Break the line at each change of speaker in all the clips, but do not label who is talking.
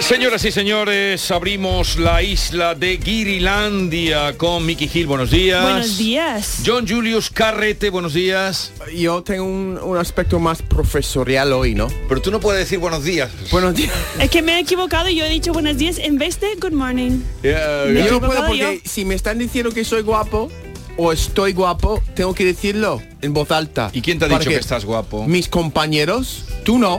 Señoras y señores, abrimos la isla de Guirilandia con Miki Gil. Buenos días.
Buenos días.
John Julius Carrete, buenos días.
Yo tengo un, un aspecto más profesorial hoy, ¿no?
Pero tú no puedes decir buenos días.
Buenos días.
Es que me he equivocado y yo he dicho buenos días en vez de good morning.
Eh,
Yo
Me he
no puedo
equivocado
porque si me están diciendo que soy guapo o estoy guapo, tengo que decirlo en voz alta.
¿Y quién te ha
Para
dicho que estás guapo?
Mis compañeros, tú no,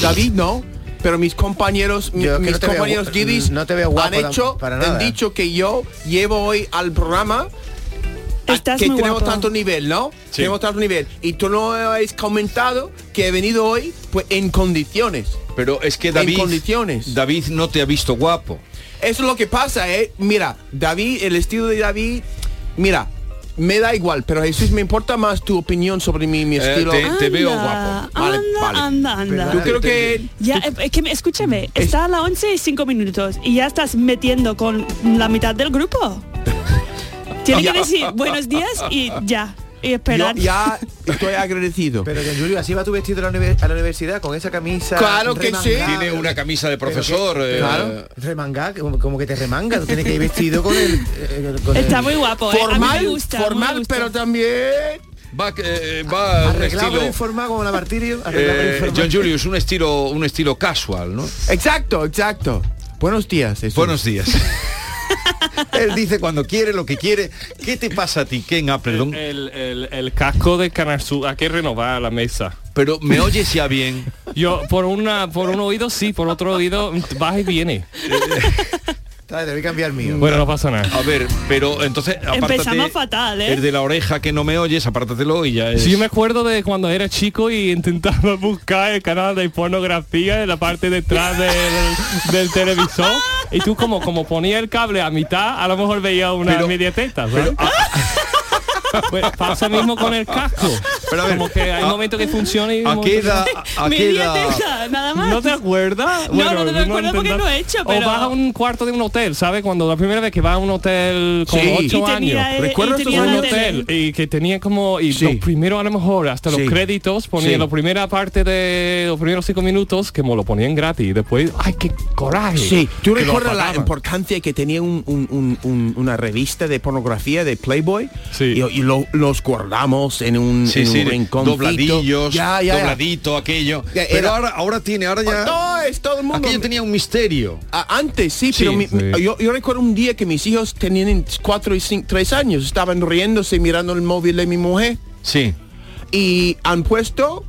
David no, pero mis compañeros, mi-
Yo que
mis
no te veo
compañeros
gu-
guiris
no te veo guapo
han hecho,
tam- para
han
nada.
dicho que yo llevo hoy al programa
yo. Estás
que
muy
tenemos
guapo.
tanto nivel, ¿no?
Sí.
Tenemos tanto nivel. Y tú no has comentado que he venido hoy pues en condiciones.
Pero es que David,
condiciones.
David no te ha visto guapo.
Eso es lo que pasa, ¿eh? Mira, David, el estilo de David, mira, me da igual, pero Jesús, me importa más tu opinión sobre mi, mi
Eh,
estilo.
te- te- veo
Anda,
guapo. Vale,
anda,
vale.
anda, anda.
Yo creo que...
Ya, eh, es que me- escúchame, está a las 11 y 5 minutos y ya estás metiendo con la mitad del grupo. Tiene que decir buenos días y ya. Y
Yo
esperar.
ya estoy agradecido.
Pero que Julio, así va tu vestido a la, univer- a la universidad con esa camisa.
Claro que sí.
remangada.
Tiene una camisa de profesor. eh,
Claro.
Remangada, como, como que te remanga, tú tienes que ir vestido con el. eh, con
Está
el-
muy guapo. eh. A mí me
Formal,
gusta, me
formal,
gusta.
pero también...
Va, eh, va un
Arreglado por
estilo.
informar como la martirio. arreglado por
eh,
informar.
John Julius, un estilo, un estilo casual, ¿no?
Exacto, exacto. Buenos días, Jesús.
Buenos días. Él dice cuando quiere lo que quiere. ¿Qué te pasa a ti, Ken Appleton?
El, el- el casco de Canal Sur, hay que renovar la mesa.
Pero me oyes ya bien.
Yo por una por un oído sí, por otro oído baja y viene.
Dale, te voy a cambiar el mío.
Bueno, no pasa nada.
A ver, pero entonces apártate
Empezamos fatal, ¿eh?
El de la oreja que no me oyes, apártatelo y ya es.
Si yo me acuerdo de cuando era chico y intentaba buscar el canal de pornografía en la parte detrás del, del televisor y tú como como ponía el cable a mitad, a lo mejor veía una
Pero- ah.
media teta, ¿sabes? Pues pasa mismo con el casco.
Pero a ver,
como que hay
a-
momentos que funciona y
¿A
momentos
qué
que no.
edad? ¿A qué
Media
edad?
teta, nada más.
¿No te acuerdas?
No, no me acuerdo porque
entendas-
no he hecho,
O
pero-
vas a un cuarto de un hotel, ¿sabes? Cuando la primera vez que vas a un hotel con
Sí.
Y
ocho años.
tenía, eh,
Recuerdo
y
esos
a
tenía
un
la
hotel
tele.
y que tenía como y
Sí.
los primeros a lo mejor hasta
Sí.
los créditos ponía
Sí.
la primera parte de los primeros cinco minutos que me lo ponían gratis y después ay qué coraje
Sí, ¿tú
que lo
recuerdas la
apagaban.
importancia que tenía un- un- un- un- una revista de pornografía de Playboy?
Sí.
Y, y lo- los guardamos en un,
Sí,
en un
sí,
rinconcito.
dobladillos,
Ya, ya, ya.
dobladito, aquello.
Ya,
Pero
era-
ahora, ahora tiene, ahora ya.
No, es todo el mundo.
aquello tenía un misterio.
A- Antes sí, pero mi-
sí.
mi- Yo, yo recuerdo un día que mis hijos tenían 4 y 3 años, estaban riéndose mirando el móvil de mi mujer
Sí.
y han puesto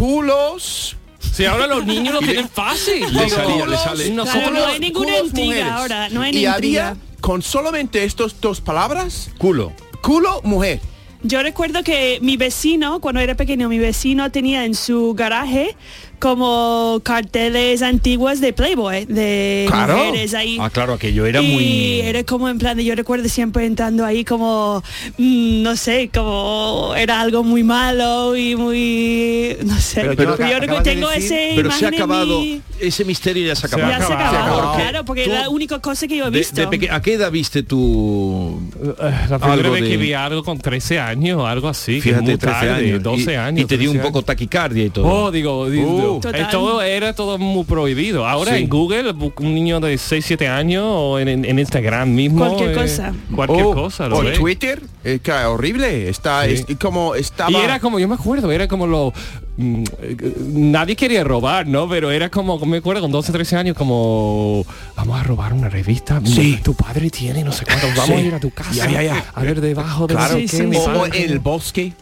culos.
si ahora los niños lo
Y le-
tienen fácil
le salía, le sale.
Nosotros-
Claro, no hay ninguna
culos
intriga
mujeres.
ahora, no hay
Y
ni
había
intriga.
con solamente estas dos palabras,
Culo.
culo, mujer.
Yo recuerdo que mi vecino, cuando era pequeño, mi vecino tenía en su garaje como carteles antiguos de Playboy, de
Claro.
mujeres ahí.
Ah, claro, aquello era
y
muy.
era como en plan de yo recuerdo siempre entrando ahí como mm, no sé como era algo muy malo y muy no sé
Pero
pero,
tú
yo
acá-
recuerdo
acabas de
tengo
decir-
ese
Pero se ha
imagen en
acabado.
mi-
Ese misterio ya se ha acabado.
ya se
acabado,
acabó,
se acabó.
claro porque
Tú-
es la única cosa que yo he
De-
visto
de peque- ¿A qué edad viste tú?
la primera
Algo
vez
de-
que vi algo con 13 años algo así que es
Fíjate,
muy
13
tarde,
años.
12
y,
años
Y te dio
13
un poco
años.
taquicardia y todo.
Oh, digo,
Uh.
digo,
Total.
eh, todo era todo muy prohibido. Ahora
Sí.
en Google, bu- un niño de 6, 7 años o en, en- en Instagram mismo. eh,
Cualquier cosa.
Cualquier
Oh,
cosa, lo
O
ve.
Twitter, es que horrible. Está
Sí.
es- como estaba.
Y era como, yo me acuerdo, era como lo... mm, eh, eh, nadie quería robar, ¿no? Pero era como, me acuerdo, con 12, 13 años, como... Vamos a robar una revista.
Sí.
Tu padre tiene no sé cuánto. Vamos
Sí.
a ir a tu casa.
Ya, ya, ya.
A ver, debajo de...
Claro.
no sé qué,
Sí, sí,
mi
o,
sí.
padre
o en
tiene-
el bosque.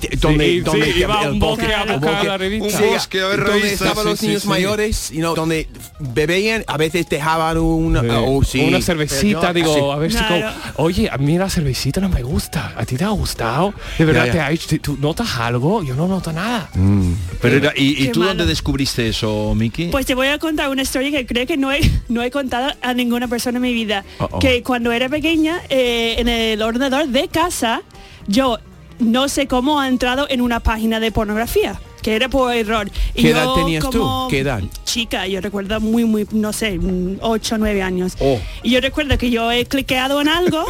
eh, donde,
Sí, sí,
donde
iba a un bosque
el
a buscar la revista.
Sí,
Un bosque, a ver,
donde
revista,
estaban
sí,
los
sí,
niños
sí.
mayores, you know, donde bebían, a veces dejaban una,
Eh,
oh, sí.
Una cervecita,
Pero yo-
digo,
sí.
a ver si
Claro.
como- Oye, a mí la cervecita no me gusta. ¿A ti te ha gustado? ¿De verdad
ya.
te ha hecho- te- ¿Tú notas algo? Yo no noto nada.
Mm.
Pero era- ¿Y, y
Qué
tú
malo.
dónde descubriste eso, Miki?
Pues te voy a contar una historia que creo que no he, no he contado a ninguna persona en mi vida. Que cuando era pequeña, eh, en el ordenador de casa, yo no sé cómo ha entrado en una página de pornografía, que era por error. Y yo
¿Qué edad tenías tú?
como
¿Qué edad?
Chica, yo recuerdo muy, muy, no sé, 8, 9 años.
Oh.
Y yo recuerdo que yo he cliqueado en algo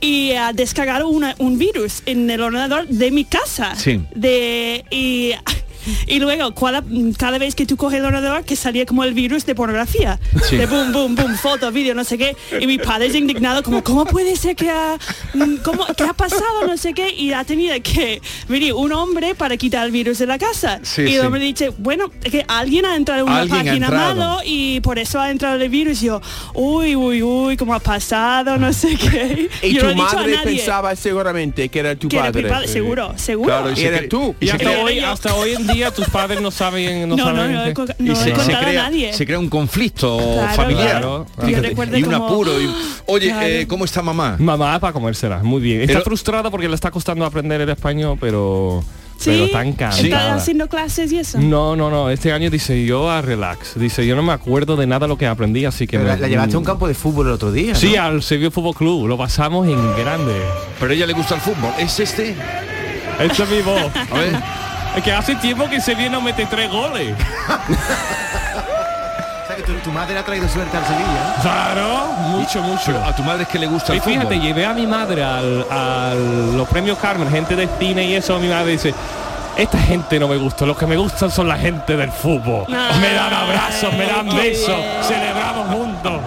y ha descargado una- un virus en el ordenador de mi casa
Sí.
de y, y luego cada, cada vez que tú coges el ordenador que salía como el virus de pornografía
Sí.
de boom boom boom foto vídeo no sé qué y mi padre es indignado como cómo puede ser que ha mm, cómo- qué ha pasado no sé qué y ha tenido que venir un hombre para quitar el virus de la casa
Sí,
y el
sí.
hombre dice bueno es que alguien ha entrado en una
Alguien ha
página
entrado.
malo y por eso ha entrado el virus y yo uy uy uy cómo ha pasado no sé qué
Y
yo no
tu
he dicho a
madre
nadie
pensaba seguramente que era tu
que era mi
padre.
padre, seguro seguro
Claro,
Y eres tú.
Y
Y
se
hasta
crea-
Pero
hoy,
yo-
hasta hoy en día tus padres no saben... No,
No, no,
saben
no, he
qué-
co-
y
no
se,
he
se
contado a
crea,
nadie.
se crea un conflicto
Claro,
familiar
claro. Yo
recuerdo
y un
como- ¡ah!
apuro y- oye
Claro.
eh, cómo está mamá
Mamá para comérsela, muy bien. Está
Pero-
frustrada porque le está costando aprender el español, pero...
Sí,
Pero tan
¿Estás
cansada.
haciendo clases y eso?
No, no, no. Este año dice yo a relax. Dice yo no me acuerdo de nada lo que aprendí, así que
Pero la,
me-
la llevaste a un campo de fútbol el otro día.
Sí,
¿no?
al Sevilla Fútbol Club. Lo pasamos en grande.
pero a ella le gusta el fútbol es este
Esta es mi voz.
a ver
Es que hace tiempo que Sevilla no mete tres goles.
O sea, que tu, tu madre ha traído suerte al Sevilla. ¿eh? ¿no?
Claro, mucho, mucho.
a tu madre es que le gusta
Y
el fútbol
fíjate, llevé a mi madre al, a los premios Carmen, gente de cine y eso, mi madre dice, esta gente no me gusta, los que me gustan son la gente del fútbol.
Ay,
me dan abrazos, me dan
qué
besos,
bien.
celebramos juntos.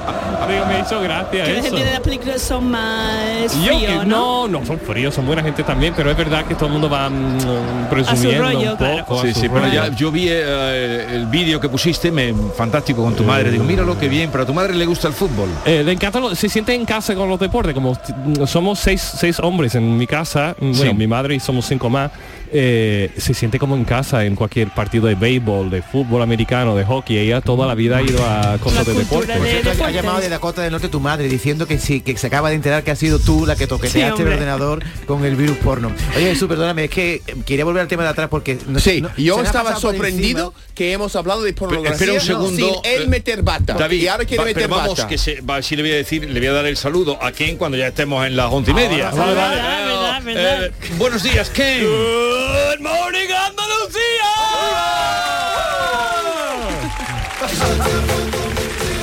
Digo, me hizo gracia
Que la
eso.
gente de las películas son más
Yo que-
frío, ¿no?
no, no, son fríos, son buena gente también, pero es verdad que todo el mundo va mm, presumiendo
rollo,
un
claro.
poco. a
Sí,
su
sí, pero
rollo.
ya yo vi eh, el vídeo que pusiste, me, fantástico con tu madre. Digo, míralo que bien, pero a tu madre le gusta el fútbol.
Eh, le encanta lo- se siente en casa con los deportes, como t- mm, somos seis, seis hombres en mi casa, mm, bueno,
Sí.
mi madre y somos cinco más, eh, se siente como en casa en cualquier partido de béisbol, de fútbol americano, de hockey, ella toda la vida ha ido a cosas de
cultura
deporte.
Por
de-
Pues,
cierto, ha- ha
deportes.
llamado de Dakota del Norte tu madre diciendo que sí, que se acaba de enterar que ha sido tú la que
Sí,
toqueteaste el
hombre.
ordenador con el virus porno. Oye Jesús, perdóname, es que eh, quería volver al tema de atrás porque no,
Sí,
no- se
yo
me ha
estaba
pasado por
sorprendido
encima.
que hemos hablado de pornografía
espera un segundo,
sin él
eh,
meter bata.
David,
y ahora quiere
va-
meter
pero vamos,
bata.
que se, va, sí le voy a decir, le voy a dar el saludo a Ken cuando ya estemos en las
Ah,
once y media.
vale, vale. Verdad,
Eh,
verdad,
eh, buenos días, Ken. Good morning, Andalucía.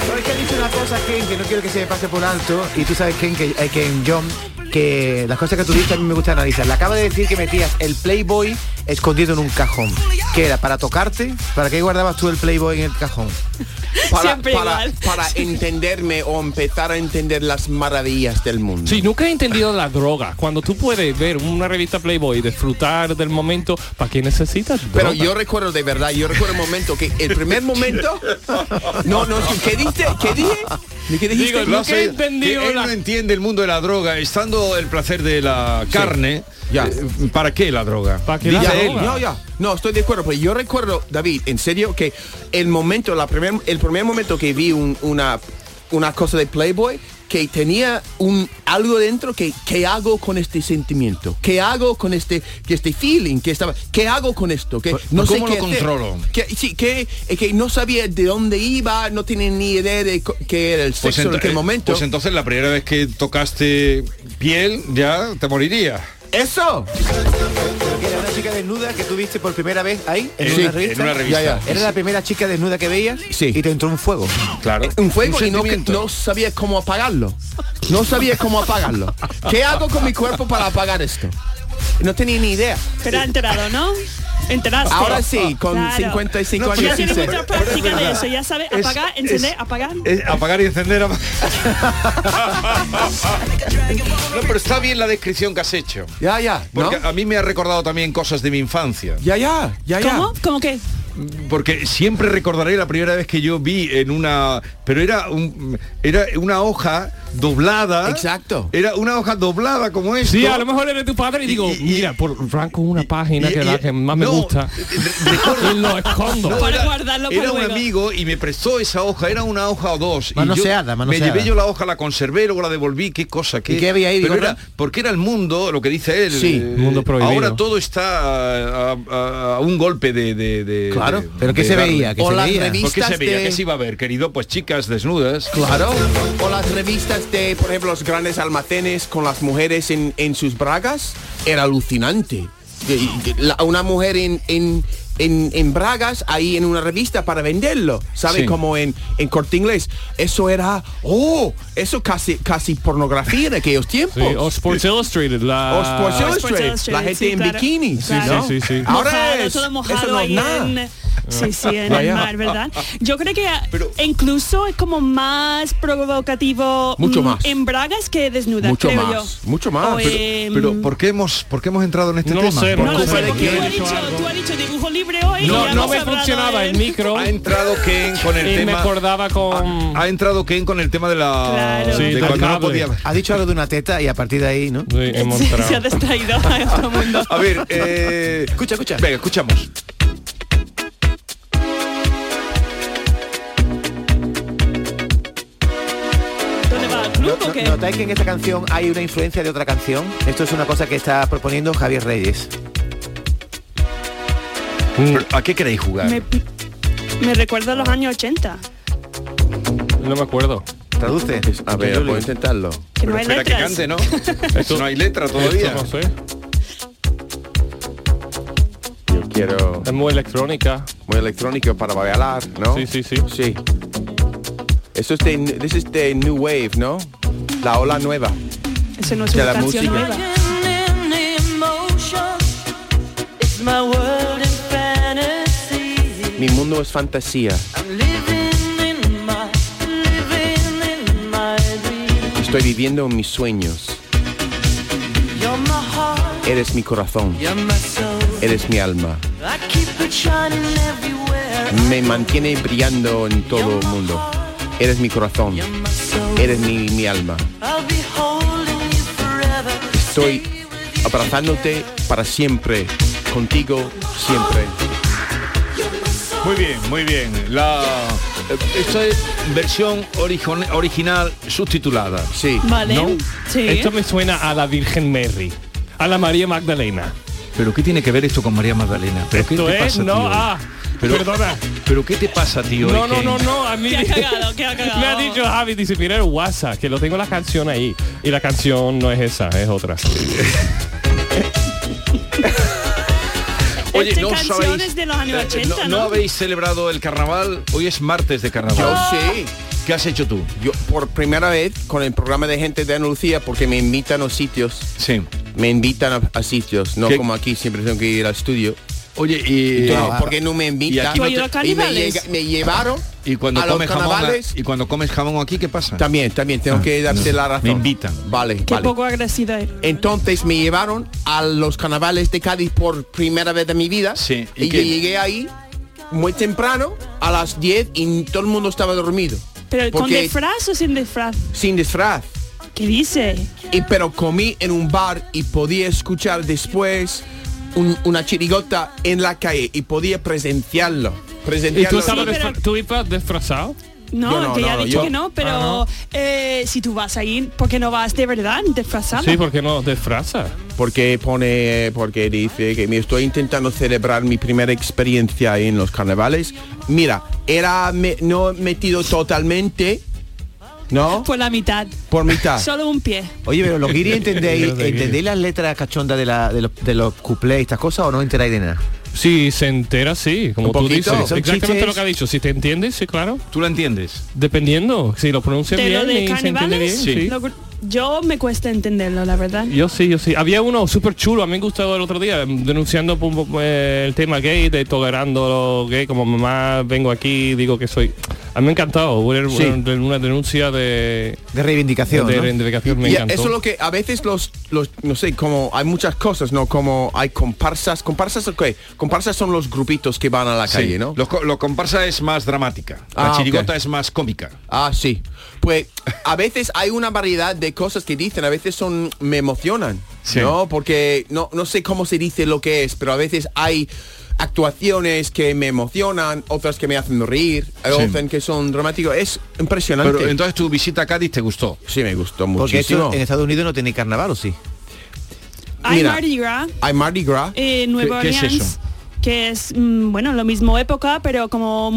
Pero es que ha dicho una cosa, Ken, que no quiero que se me pase por alto. Y tú sabes, Ken, que, eh, Ken John, que las cosas que tú dices a mí me gusta analizar. Le acaba de decir que metías el Playboy escondido en un cajón. ¿Qué era? ¿Para tocarte? ¿Para qué guardabas tú el Playboy en el cajón?
para,
Siempre
para-
igual.
para entenderme o empezar a entender las maravillas del mundo.
Sí, nunca he entendido la droga. Cuando tú puedes ver una revista Playboy y disfrutar del momento, ¿para qué necesitas
Pero
droga?
yo recuerdo de verdad, yo recuerdo el momento que el primer momento. No, no, es que- ¿qué diste? ¿Qué dije? ¿De ¿Qué dijiste?
Digo,
No
Nunca
sé,
he entendido
que él
la-
no entiende el mundo de la droga, estando el placer de la carne.
Ya.
eh, ¿Para qué la droga?
¿Para qué
Dice
la
Ya,
droga?
No, ya. No, estoy de acuerdo, pero yo recuerdo, David, en serio, que el momento, la primer, el primer momento que vi un- una, una cosa de Playboy, que tenía un algo dentro que qué hago con este sentimiento, qué hago con este que este feeling que estaba, qué hago con esto, que no sé
¿Cómo lo
qué hacer?
controlo?
Que, sí, que, eh, que no sabía de dónde iba, no tenía ni idea de co- qué era el sexo en
ento-
aquel
eh,
momento.
pues entonces la primera vez que tocaste piel ya te moriría.
eso.
Era una chica desnuda que tú viste por primera vez ahí, en,
Sí,
una revista.
en una revista.
Ya,
Era la primera chica desnuda que veías
Sí.
y te entró un fuego.
Claro.
Eh, un fuego
Un
y no, que-
sentimiento.
no sabía cómo apagarlo. No sabía cómo apagarlo. ¿Qué hago con mi cuerpo para apagar esto? No tenía ni idea.
Pero ha enterado, ¿no? Enteraste.
Ahora sí, con
Claro.
55
No, pero
años.
Ya tiene
sí sé.
mucha práctica de eso, ya sabe
Es-
apagar,
es-
encender, apagar.
Eh, apagar y encender. ap- no, pero está bien la descripción que has hecho.
Ya, ya, ¿no?
Porque a mí me ha recordado también cosas de mi infancia.
Ya, ya, ya, ya.
¿Cómo? ¿Cómo qué?
Porque siempre recordaré la primera vez que yo vi en una... Pero era, un, era una hoja
doblada.
Exacto.
Era una hoja doblada como esta.
Sí, a lo mejor eres tu padre y digo,
y- y-
mira, por Franco una página
y-
que es
y-
la que más me
no,
gusta. Y lo escondo.
No,
Para
era,
guardarlo para
era un
luego.
amigo y me prestó esa hoja, era una hoja o dos. y
Manoseada,
yo,
manoseada.
Me llevé yo la hoja, la conservé, luego la devolví, qué cosa, qué.
¿Y qué había ahí,
Pero
Vigorra?
era- porque era el mundo, lo que dice él.
Sí,
eh,
mundo prohibido.
Ahora todo está a, a- a un golpe de. de- de-
Claro,
de-
pero ¿qué
de
se
darle.
veía? ¿Qué
o
se
las
veía?
¿Por qué
revistas
se veía?
de-
¿Qué se iba a ver, querido? Pues chicas desnudas.
Claro. O las revistas de, por ejemplo, los grandes almacenes con las mujeres en, en sus bragas. Era alucinante. De- de- la- una mujer en, en, en, en bragas ahí en una revista para venderlo. ¿Sabes?
Sí.
Como en, en corte inglés. Eso era, oh, eso casi casi pornografía en aquellos tiempos.
Sí, o Sports
pues,
Illustrated, la...
O Sports
Sports
Illustrated, la
Illustrated,
gente
sí,
en
claro.
bikini.
Sí, Claro.
sí, sí, sí.
Ahora
mojado,
es,
todo mojado
eso no es
ahí
nada.
en, sí, sí, en
Vaya.
el mar, ¿verdad? Yo creo que ah,
Pero-
incluso es como más provocativo
Mucho
mm,
más.
en bragas que desnudas,
Mucho
creo
más,
yo.
mucho más,
O
pero-
en-
Pero ¿por qué hemos, por qué hemos entrado en este
No lo
tema?
sé,
Por
No lo
culpa
sé,
de
porque
quién.
tú
ha
has,
hecho
dicho,
algo.
tú has dicho dibujo libre hoy y
No,
ya
no
hemos
me
hablado ¿eh?
funcionaba
de-
el micro.
Ha entrado Ken con el
Y me
tema.
acordaba con...
Ha, ha entrado Ken con el tema de la.
Claro.
Sí,
de
del
cuando no
cable.
podía.
Ha dicho algo de una teta y a partir de ahí, ¿no?
Sí, hemos
Se,
entrado.
se ha distraído a todo el mundo.
A ver, eh, escucha, escucha. Venga, escuchamos.
¿Dónde va? ¿Al club o
No-
qué?
¿Notáis que en esta canción hay una influencia de otra canción? Esto es una cosa que está proponiendo Javier Reyes.
Mm.
Pero, ¿A qué queréis jugar?
me, me recuerda a los años 80.
No me acuerdo.
Traduce.
A ver,
Yo lo
puedo
he-
intentarlo.
Que no hay
Espera que
letras.
cante, Este, ¿no? Eso no hay letra todavía.
Esto no sé.
Yo quiero
Es muy electrónica.
muy electrónico para bailar, ¿no?
Sí, sí, sí.
Sí. Eso es de, this is the new wave, ¿no? La ola nueva.
Eso no es
De
una
la
canción
música.
nueva.
Mi mundo es fantasía. Estoy viviendo mis sueños. Eres mi corazón. Eres mi alma. Me mantiene brillando en todo el mundo. Eres mi corazón. Eres mi, mi alma. Estoy abrazándote para siempre. Contigo siempre.
Muy bien, muy bien. La, eh, esta es versión origon- original subtitulada.
Sí.
Vale.
No.
Sí.
Esto me suena a la Virgen Mary. A la María Magdalena.
¿Pero qué tiene que ver esto con María Magdalena? ¿Pero qué
Esto
te
es,
pasa,
no,
tío? eh?
ah,
Pero-
perdona.
¿Pero qué te pasa, tío?
No,
Es
no,
que-
no, no, a mí
Que ha cagado, que ha cagado.
me ha dicho Javi, dice, mira el WhatsApp, que lo tengo la canción ahí. Y la canción no es esa, es otra.
Oye,
Este
no
canción
sabéis...
es de los años
eh,
80,
no
¿no?
habéis celebrado el carnaval. Hoy es martes de
Yo
carnaval.
sí.
¿Qué has hecho tú?
Yo por primera vez con el programa de gente de Andalucía porque me invitan a sitios.
Sí.
Me invitan a, a sitios, no
¿Qué?
como aquí siempre tengo que ir al estudio.
Oye, y...
No, porque no me invitan.
aquí no
¿Tú has ido Pues a
y me,
carnavales?
llega- me llevaron
Y cuando
a los
comes jamón ah, a-
carnavales.
y cuando comes jamón aquí, ¿qué pasa? Ah,
También, también tengo que darte la razón.
Me invitan.
Vale,
Qué
vale.
poco agresiva es.
Entonces me llevaron a los carnavales de Cádiz por primera vez de mi vida.
Sí, ¿y
Y,
qué?
llegué ahí muy temprano, a las 10, y todo el mundo estaba dormido.
Pero con
Porque-
disfraz o sin disfraz.
Sin disfraz.
¿Qué dice?
Y pero comí en un bar y podía escuchar después un- una chirigota en la calle y podía presenciarlo.
¿Y tú
Presenciarlo.
estabas
Sí, pero-
disfra- tú ibas disfrazado?
No,
Yo no,
que ya
no,
ha dicho
yo-
que no, pero eh, si tú vas ahí, ¿por qué no vas de verdad disfrazado?
Sí, porque no disfraza.
Porque pone, porque dice que me estoy intentando celebrar mi primera experiencia en los carnavales. Mira, era me- no metido totalmente, ¿no?
Por la mitad.
Por mitad.
Solo un pie.
Oye, pero los guiris entendéis, ¿entendéis las letras cachondas de, la, de los, de los cuplés y estas cosas o no enteráis de nada?
Si se entera, sí, como
Un
tú
poquito.
dices.
Son
Exactamente
chistes.
lo que ha dicho. Si te entiendes, sí, claro.
¿Tú la entiendes?
Dependiendo, si lo pronuncia
De
bien
lo de
y se entiende bien,
carnavales,
sí.
lo- yo me cuesta entenderlo, la verdad.
Yo sí, yo sí. Había uno súper chulo, a mí me gustó el otro día, em, denunciando pum, pum, eh, el tema gay, de tolerando lo gay, como mamá, vengo aquí, digo que soy... A mí me ha encantado. Hubo el-
Sí.
un- una denuncia de,
De reivindicación.
de
¿no?
reivindicación. Me
Y
encantó.
eso es lo que a veces los, los, no sé, como hay muchas cosas, ¿no? Como hay comparsas, comparsas, ¿ok? Comparsas son los grupitos que van a la calle, ¿no?
Lo, co- lo comparsa es más dramática. La
Ah,
chirigota
ok.
es más cómica.
Ah, sí. Pues a veces hay una variedad de cosas que dicen, a veces son me emocionan,
Sí.
¿no? Porque no, no sé cómo se dice lo que es, pero a veces hay actuaciones que me emocionan, otras que me hacen reír, hay
Sí.
otras que son dramáticos. Es impresionante.
Pero entonces tu visita a Cádiz te gustó.
sí, me gustó
Porque esto
muchísimo.
en Estados Unidos no tiene carnaval, ¿o sí?
Hay
Mira.
Mardi Gras
Hay Mardi Gras.
en Eh, Nueva
qué es
Orleans.
eso?
que es mm, bueno lo mismo época pero como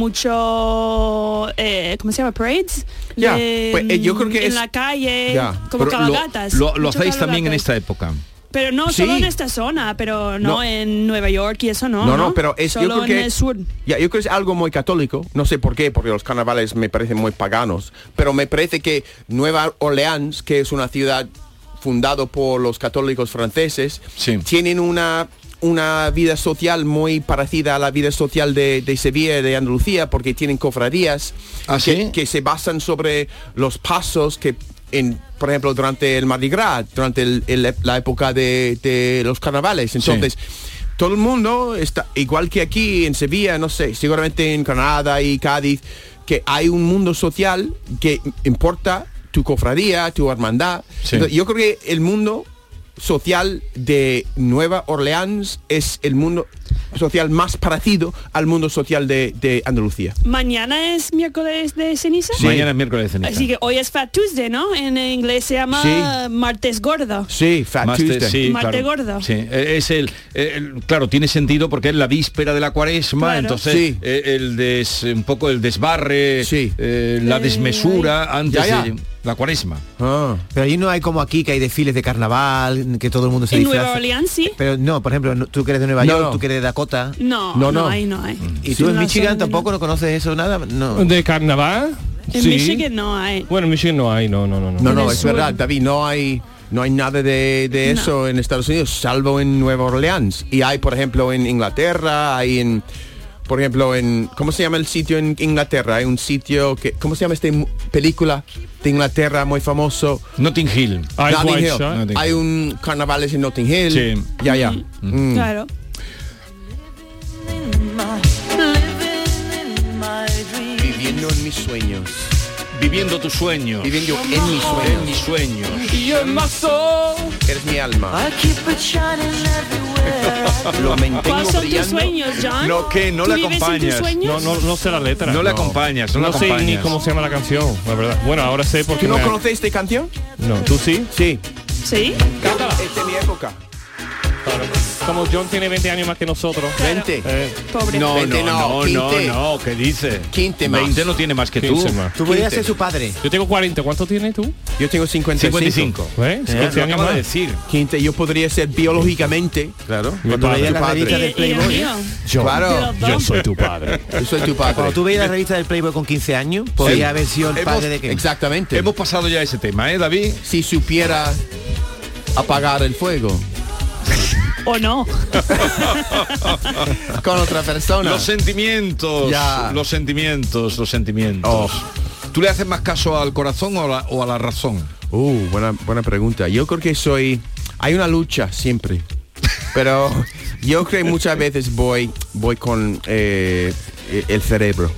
mucho eh, cómo se llama parades
Ya,
De,
pues, eh, yo creo que
en
es-
la calle
Ya,
Pero
como
lo-
cabalgatas
Lo, lo
mucho
hacéis también en
cabalgatas.
esta época.
Pero no
Sí.
solo en esta zona, pero no,
No.
en Nueva York y eso no.
No, no, pero es yo
solo
creo que
en el sur.
Ya, yo creo que es algo muy católico, no sé por qué, porque los carnavales me parecen muy paganos, pero me parece que Nueva Orleans, que es una ciudad fundado por los católicos franceses,
Sí.
tienen una una vida social muy parecida a la vida social de, de Sevilla y de Andalucía porque tienen cofradías
¿Ah,
que,
sí?
que se basan sobre los pasos que en por ejemplo durante el Mardi Gras durante el- el- la época de, de los carnavales entonces todo el mundo está igual que aquí en Sevilla, no sé, seguramente en Granada y Cádiz, que hay un mundo social que importa tu cofradía, tu hermandad.
Sí.
Entonces, yo creo que el mundo social de Nueva Orleans es el mundo social más parecido al mundo social de, de Andalucía.
Mañana es miércoles de ceniza.
Mañana es miércoles de ceniza.
Así que hoy es Fat Tuesday, ¿no? En inglés se llama
Sí.
martes gordo.
Sí, Fat
Más te- sí,
Marte
claro.
gordo.
Sí, eh, es el, eh, el- claro, tiene sentido porque es la víspera de la cuaresma,
Claro.
entonces
Sí.
eh, el des, un poco el desbarre,
Sí.
eh, la
Eh,
desmesura antes
Ya, ya.
de la cuaresma.
Ah.
Pero allí no hay como aquí que hay desfiles de carnaval, que todo el mundo se
En
disfraza.
Nueva Orleans sí.
Pero no, por ejemplo, no- tú que eres de Nueva
No,
York,
no.
tú que eres de Dakota.
No,
No,
no,
no.
hay, no hay.
Y tú en
la zona
Michigan
de-
tampoco no conoces eso nada, no.
¿De carnaval?
En
Sí.
Michigan no hay.
Bueno, en Michigan no hay, no, no, no. no.
No,
En
no,
el
es
sur.
verdad, David, no hay no hay nada de, de
No.
eso en Estados Unidos, salvo en Nueva Orleans. Y hay, por ejemplo, en Inglaterra, hay en, por ejemplo, en, ¿cómo se llama el sitio en Inglaterra? Hay un sitio que, ¿cómo se llama esta mu- película de Inglaterra muy famoso?
Notting Hill.
Hay
Notting
White
Hill.
Shot.
Notting
Hay
Hill.
un carnavales en Notting Hill.
Sí.
Ya, ya. Mm.
Claro.
Viviendo en mis sueños.
Viviendo tus sueños.
Viviendo en mis
en
sueños.
mis sueños.
Eres mi alma. Lo mantengo
¿Cuáles son tus
brillando.
sueños, John?
Lo que no
¿Tú
le
vives en tus
No,
acompañas.
sueños?
no, no sé la letra.
No la acompañas, no, la
No sé
acompañas.
ni cómo se llama la canción, la verdad. Bueno, ahora sé porque
¿Tú no
me ha-
conoces esta canción?
No, tú sí.
Sí.
Sí.
Es de mi época.
Como Pues John tiene 20 años más que nosotros.
Vente.
Eh,
Pobre.
No, Veinte no, quince.
no, ¿qué dice?
Quinte más.
20 no tiene más que tú.
15 más.
Tú podrías
Quince.
ser su padre.
Yo tengo 40, ¿cuánto tienes tú?
Yo tengo 55.
55.
¿Eh?
Eh,
15
lo
años
acaba de
más.
decir.
Quinte, yo podría ser biológicamente. Claro. Cuando
padre.
veía
Tu
la
padre.
revista
Y- y
de
el
Playboy. ¿eh?
mío.
Claro.
De los dos.
tu padre.
Yo soy tu
Cuando
padre.
tú veías la revista del Playboy con 15 años, podía haber sido el
Hemos-
padre de que
Exactamente.
Hemos pasado ya ese tema, ¿eh, David?
si supiera apagar el fuego
O no.
con otra persona.
Los sentimientos,
Ya. Oh.
los sentimientos, los sentimientos. ¿Tú le haces más caso al corazón o a la, o a la razón?
Uh, buena, buena pregunta. Yo creo que soy... Hay una lucha siempre. Pero yo creo que muchas veces voy, voy con eh, el cerebro.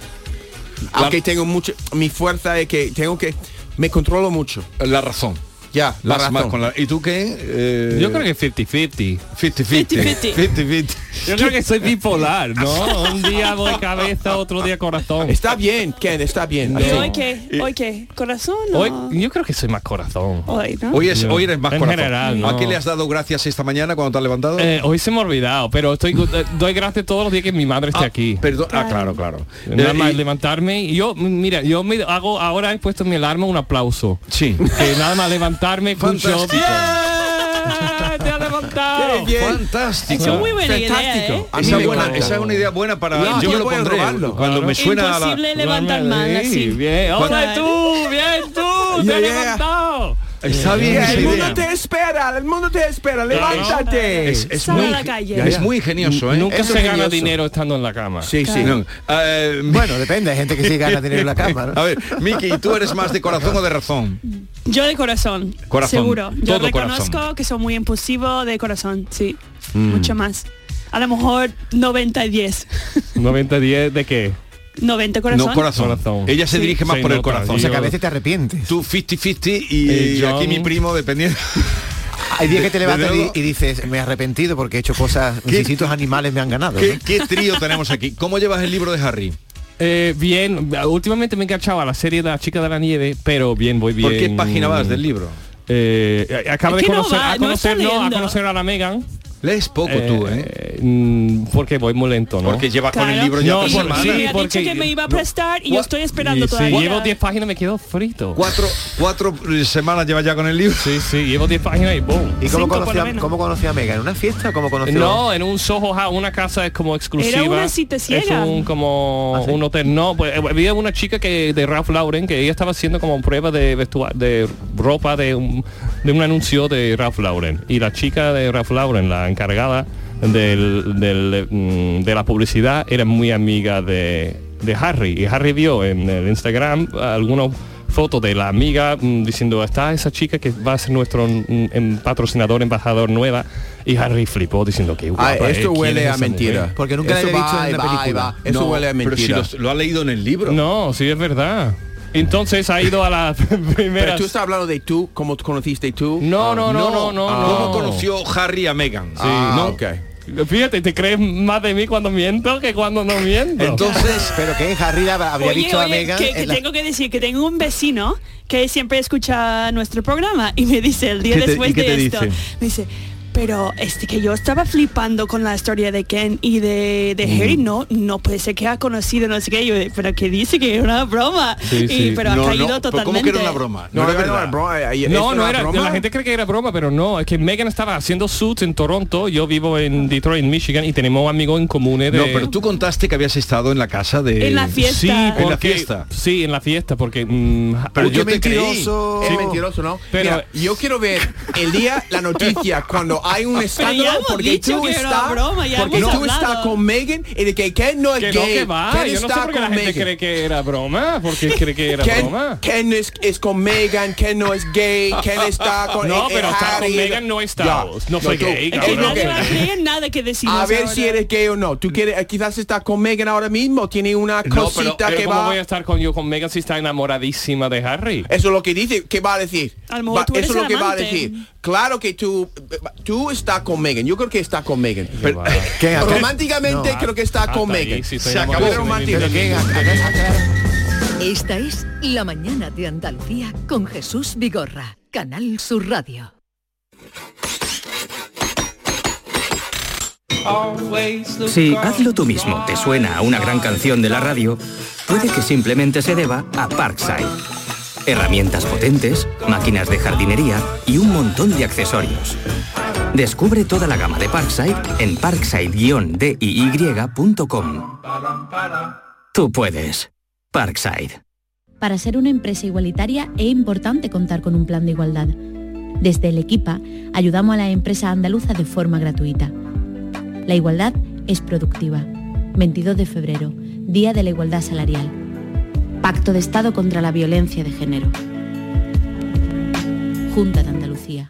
Aunque tengo mucho... Mi fuerza es que tengo que... Me controlo mucho.
La razón.
Ya, la
Vas más
razón.
con la- ¿Y tú qué? Eh,
Yo creo que 50-50.
50-50.
50-50.
50-50.
Yo creo que soy bipolar, ¿no? Un día voy cabeza, otro día corazón.
Está bien, Ken, está bien.
¿Y
así.
hoy qué? ¿Hoy qué? ¿Corazón o...?
Hoy, yo creo que soy más corazón.
Hoy, ¿no?
Hoy, es,
Yo-
hoy eres más
en
corazón.
general, no.
¿A quién le has dado gracias esta mañana cuando te has levantado?
Eh, hoy se me ha olvidado, pero estoy eh, doy gracias todos los días que mi madre esté aquí.
Perdón. Ah, claro, claro.
Nada
Eh,
más
y-
levantarme y yo, m- mira, yo me hago, ahora he puesto en mi alarma un aplauso.
sí.
Que nada más levantarme, escucho.
Fantástico.
Ah,
"Bien, ¡Te has levantado!
Fantástico.
Eso es muy buena idea, ¿eh?
Fantástico. A mí
Esa,
me
buena-
encanta.
esa es una idea buena para...
No,
yo
yo
me lo
voy a
pondré.
robarlo.
Cuando me suena a la...
Imposible levantar mal
Sí,
así.
Bien. Hola
Claro.
tú, bien tú, te has
Yeah, yeah.
levantado.
Está bien esa
el mundo
idea.
te espera, el mundo te espera, levántate.
Es, es
Sal a
muy,
la
ingen-
calle.
es muy ingenioso, ¿eh?
Nunca
Eso
se
es
gana
ingenioso.
dinero estando en la cama.
sí, sí.
No, eh,
Bueno, depende, hay gente que sí gana dinero en la cama, ¿no?
A ver, Miki, ¿tú eres más de corazón o de razón?
Yo de corazón,
Corazón,
seguro. Yo
todo
reconozco
corazón.
que soy muy impulsivo de corazón, sí. Mucho más. A lo mejor 90 y 10.
90-10 de qué?
90 corazón.
No, corazón.
Corazón.
Ella se
Sí.
dirige más
Se
por el
nota,
corazón.
O sea que a
Yo-
veces te arrepientes.
Tú 50-50 y,
Eh, yo-
aquí mi primo dependiendo.
Hay días que te
de-
levantas
desde
y,
luego-
y dices, me he arrepentido porque he hecho cosas, necesitos animales me han ganado.
¿Qué,
¿no?
qué trío tenemos aquí? ¿Cómo llevas el libro de Harry?
Eh, bien, últimamente me he enganchado a la serie de la chica de la nieve, pero bien, voy bien.
¿Por qué página vas del libro?
Eh, acabo
Es
de
que no
conocer,
va,
a
no está
conocer, no, a
leyendo.
conocer a la Megan.
Lees poco
eh,
tú, ¿eh?
mm, Porque voy muy lento, ¿no?
Porque llevas con el
Claro.
libro ya
No,
tres
Y
por-
semanas.
sí,
me ha
porque-
dicho que me iba a
no.
prestar y yo estoy esperando
Y si
todavía.
llevo 10 páginas me quedo frito.
Cuatro, cuatro eh, semanas llevas ya con el libro.
Sí, sí, llevo 10 páginas y boom.
¿Y cómo
Cinco, por
conocí,
lo
a,
menos.
cómo conocí a Mega? ¿En una fiesta o cómo conocí
No, en un Soho House, una casa es como exclusiva.
Era una cita ciega.
Es un como
¿Ah, sí?
un hotel. No, pues eh, había una chica que de Ralph Lauren que ella estaba haciendo como prueba de vestua- de ropa de un, de un anuncio de Ralph Lauren y la chica de Ralph Lauren, la encargada del- del, mm, de la publicidad, era muy amiga de, de Harry y Harry vio en el Instagram algunos fotos de la amiga mm, diciendo está esa chica que va a ser nuestro mm, em- patrocinador embajador nueva y Harry flipó diciendo que
Ah, esto huele a mentira.
Porque nunca la
Eso
había
va
visto en
y
una
va y
película.
va. Eso
No,
huele a
pero si
mentira.
los- lo ha leído en el libro.
No, sí es verdad. Entonces ha ido a la
Pero
primera.
tú estás hablando de tú, cómo te conociste tú.
No, no, no, no, no.
¿Cómo
no.
conoció Harry a Meghan?
Ah,
no.
ok.
Fíjate, te crees más de mí cuando miento que cuando no miento.
Entonces,
Pero que Harry la- había
Oye,
visto a
oye,
Mega.
Ah,
que, que tengo que decir que tengo un vecino que siempre escucha nuestro programa y me dice el día
¿Qué te- y
después
qué
de
te
esto,
dice?
me dice, pero este que yo estaba flipando con la historia de Ken y de,
Mm.
de Harry, no, no puede ser que ha conocido, no sé qué, yo, pero que dice que era una broma,
Sí,
y,
sí.
pero ha caído
pero
totalmente.
¿Cómo que era una broma?
No,
era
no, no,
verdad.
no, bro, eh, eh, ¿esto
No, no
una
era,
broma?
la gente cree que era broma, pero no, es que Megan estaba haciendo suits en Toronto, yo vivo en Detroit, Michigan, y tenemos amigos en común de...
No, pero tú contaste que habías estado en la casa de...
En la
eh.
fiesta.
Sí,
En la
porque,
fiesta.
Sí, en la fiesta, porque... mm,
Pero
uy,
yo
qué
te creí.
mentiroso.
Es
Sí.
mentiroso, ¿no?
Pero-
Mira, yo quiero ver el día, la noticia, cuando hay un escándalo,
hemos
porque
dicho
tú
que era
estás,
broma, ya
porque
hemos
tú
hablado.
estás con Megan y de que Ken no es
Que no,
gay.
que va,
Ken
yo no sé
está
por qué la
con
gente
Meghan.
cree que era broma, porque cree que era
Ken,
broma.
Ken es, es con Megan, Ken no es gay, Ken está con
No,
eh,
pero
eh,
está con
Harry.
Meghan, no está.
Ya,
No soy
tú.
gay,
Es
Es que
que
cabrón.
nadie va a
no-
creer en nada que decimos
A ver
ahora.
si eres gay o no. Tú quieres, eh, quizás estás con Megan ahora mismo, tiene una
No, pero, eh,
cosita
pero
que
¿cómo
va.
voy a estar con yo con Megan si está enamoradísima de Harry?
Eso es lo que dice, ¿qué va a decir?
A lo mejor
Va-
tú eres
eso es lo
el
que va a
amante.
decir. Claro que tú tú estás con Megan. Yo creo que está con Megan. Pero,
¿Qué? ¿A qué?
románticamente
No,
creo que está
hasta
con
ahí,
Megan.
sí, estoy
Se
enamorado
acabó
de
romántico.
Megan.
¿Qué? ¿A- a- a-
Esta es La mañana de Andalucía con Jesús Vigorra, Canal Sur Radio.
Si Hazlo tú mismo te suena a una gran canción de la radio, puede que simplemente se deba a Parkside. Herramientas potentes, máquinas de jardinería y un montón de accesorios. Descubre toda la gama de Parkside en parkside-diy.com. Tú puedes. Parkside.
Para ser una empresa igualitaria es importante contar con un plan de igualdad. Desde el Equipa ayudamos a las empresas andaluzas de forma gratuita. La igualdad es productiva. 22 de febrero, Día de la Igualdad Salarial. Pacto de Estado contra la Violencia de Género. Junta de Andalucía.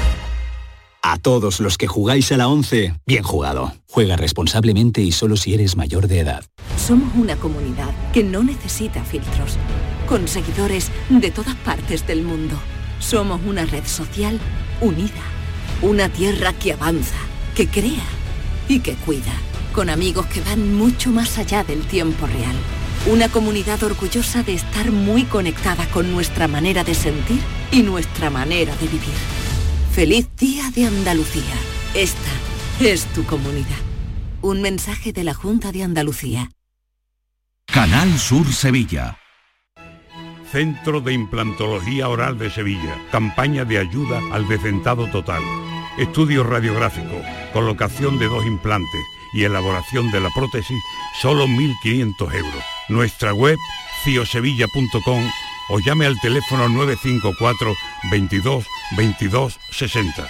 A todos los que jugáis a la 11, bien jugado. Juega responsablemente y solo si eres mayor de edad.
Somos una comunidad que no necesita filtros, con seguidores de todas partes del mundo. Somos una red social unida, una tierra que avanza, que crea y que cuida, con amigos que van mucho más allá del tiempo real. Una comunidad orgullosa de estar muy conectada con nuestra manera de sentir y nuestra manera de vivir. Feliz Día de Andalucía. Esta es tu comunidad. Un mensaje de la Junta de Andalucía.
Canal Sur Sevilla.
Centro de Implantología Oral de Sevilla. Campaña de ayuda al decentado total. Estudio radiográfico, colocación de dos implantes y elaboración de la prótesis, solo 1.500 euros. Nuestra web, ciosevilla.com o llame al teléfono 954 22 22 60.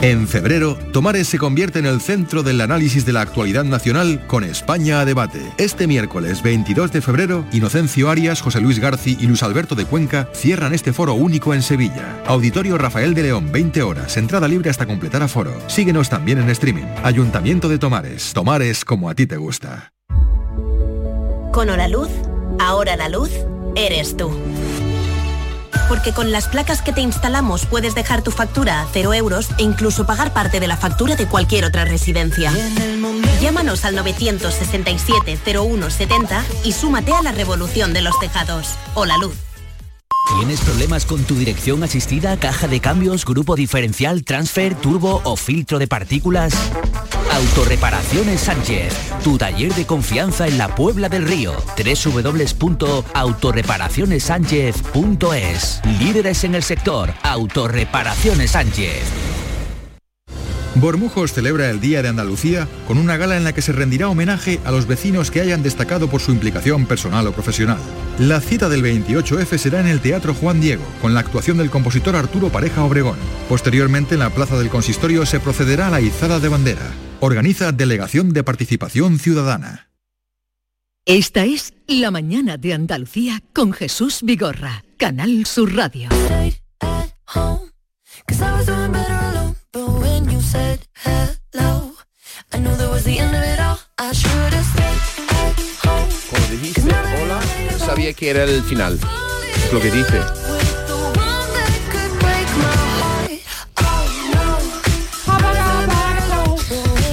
En febrero, Tomares se convierte en el centro del análisis de la actualidad nacional con España a debate. Este miércoles 22 de febrero, Inocencio Arias, José Luis Garci y Luis Alberto de Cuenca cierran este foro único en Sevilla. Auditorio Rafael de León, 20 horas, entrada libre hasta completar aforo. Síguenos también en streaming. Ayuntamiento de Tomares, Tomares como a ti te gusta.
Con Hora Luz, ahora la luz eres tú. Porque con las placas que te instalamos puedes dejar tu factura a cero euros e incluso pagar parte de la factura de cualquier otra residencia. Llámanos al 967-0170 y súmate a la revolución de los tejados. O la luz.
¿Tienes problemas con tu dirección asistida, caja de cambios, grupo diferencial, transfer, turbo o filtro de partículas? Autorreparaciones Sánchez, tu taller de confianza en la Puebla del Río. www.autorreparacionessánchez.es Líderes en el sector, Autorreparaciones Sánchez.
Bormujos celebra el Día de Andalucía con una gala en la que se rendirá homenaje a los vecinos que hayan destacado por su implicación personal o profesional. La cita del 28F será en el Teatro Juan Diego, con la actuación del compositor Arturo Pareja Obregón. Posteriormente, en la Plaza del Consistorio se procederá a la izada de bandera. Organiza Delegación de Participación Ciudadana.
Esta es La Mañana de Andalucía con Jesús Vigorra, Canal Sur Radio.
Cause I was doing better alone. But when you said hello, I knew that was the end of it all. I should have stayed at home.
Cuando dijiste hola, sabía que era el final. Es lo que dice.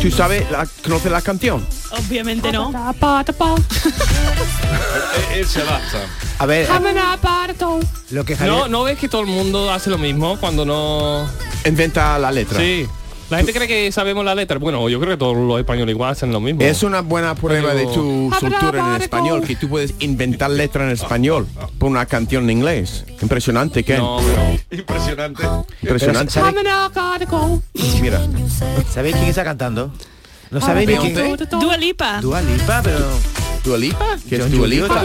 ¿Tú sabes, la, conoces la canción?
Obviamente no.
Eh,
Él se adapta.
A ver, lo que Javier-
No, no ves que todo el mundo hace lo mismo cuando no
inventa la letra.
Sí. La gente cree que sabemos la letra. Bueno, yo creo que todos los españoles igual hacen lo mismo.
Es una buena prueba de
Pero-
tu soltura en el español, que tú puedes inventar letra en español por una canción en inglés. Impresionante, Ken.
Impresionante.
Impresionante.
Pero,
Mira.
¿Sabéis quién está cantando? No
Ah,
sabéis ni quién.
Dua Lipa.
Dua Lipa, pero.
¿Dua Lipa?
¿Qué
es Dua Lipa?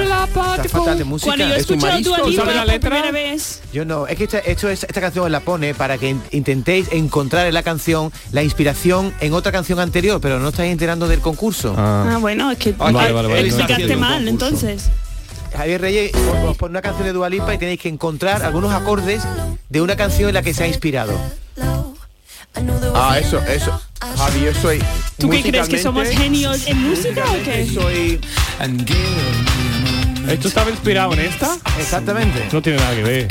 Está fatal de música.
Cuando yo he escuchado Dua Lipa por primera vez,
Yo no, es que esta, esto es, esta canción os la pone para que in- intentéis encontrar en la canción la inspiración en otra canción anterior, pero no estáis enterando del concurso.
Ah, bueno, es que
Vale, vale, vale,
lo
vale.
explicaste mal,
Concurso.
entonces.
Javier Reyes, os- os pone una canción de Dua Lipa y tenéis que encontrar algunos acordes de una canción en la que se ha inspirado.
Ah, eso, eso. Javi, yo soy.
¿Tú qué crees que somos genios en música o qué?
Soy
¿Esto estaba inspirado en esta?
Exactamente.
No tiene nada que ver.
I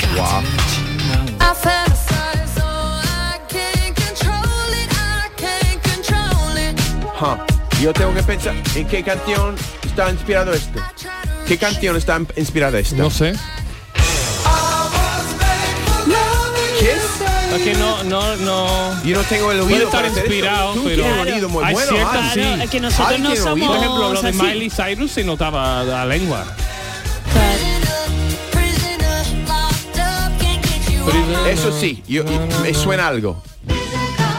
fantasize, so I can't control it. I can't control it.
Huh. Yo tengo que pensar en qué canción está inspirado esto. ¿Qué canción está in- inspirada esta? No
sé. Es que no, no, no.
Yo no tengo el
Puede
oído
estar
para hacer
inspirado,
esto. Tú
pero
tienes un oído muy
hay
bueno,
ciertas,
Ari.
sí.
Claro, Ah, es que nosotros Ari no tiene oído.
Por ejemplo, lo de
así.
Miley Cyrus se notaba la lengua.
Prisoner, locked up, can't get you out my
Eso sí, yo- y- me suena algo.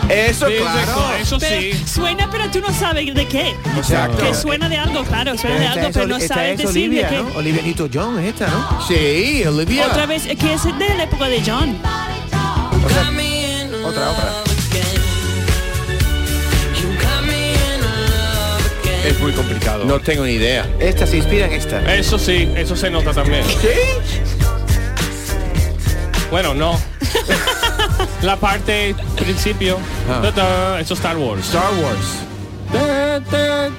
Eso claro.
Pero suena, pero tú no sabes de qué.
Exacto.
Que suena de algo, claro, suena de
Esta
algo,
es
pero
Oli-
no
esta
sabes
es
decir de
Olivia,
qué.
¿no? Olivia Newton-John es esta, ¿no?
Sí, Olivia.
Otra vez, es que es de la época de John.
Otra, otra. Es muy complicado. No tengo ni idea.
Esta se inspira en esta.
Eso sí, eso se nota también.
¿Sí?
Bueno, no. La parte principio. Ta, ta, Eso es Star Wars.
Ah. Star Wars.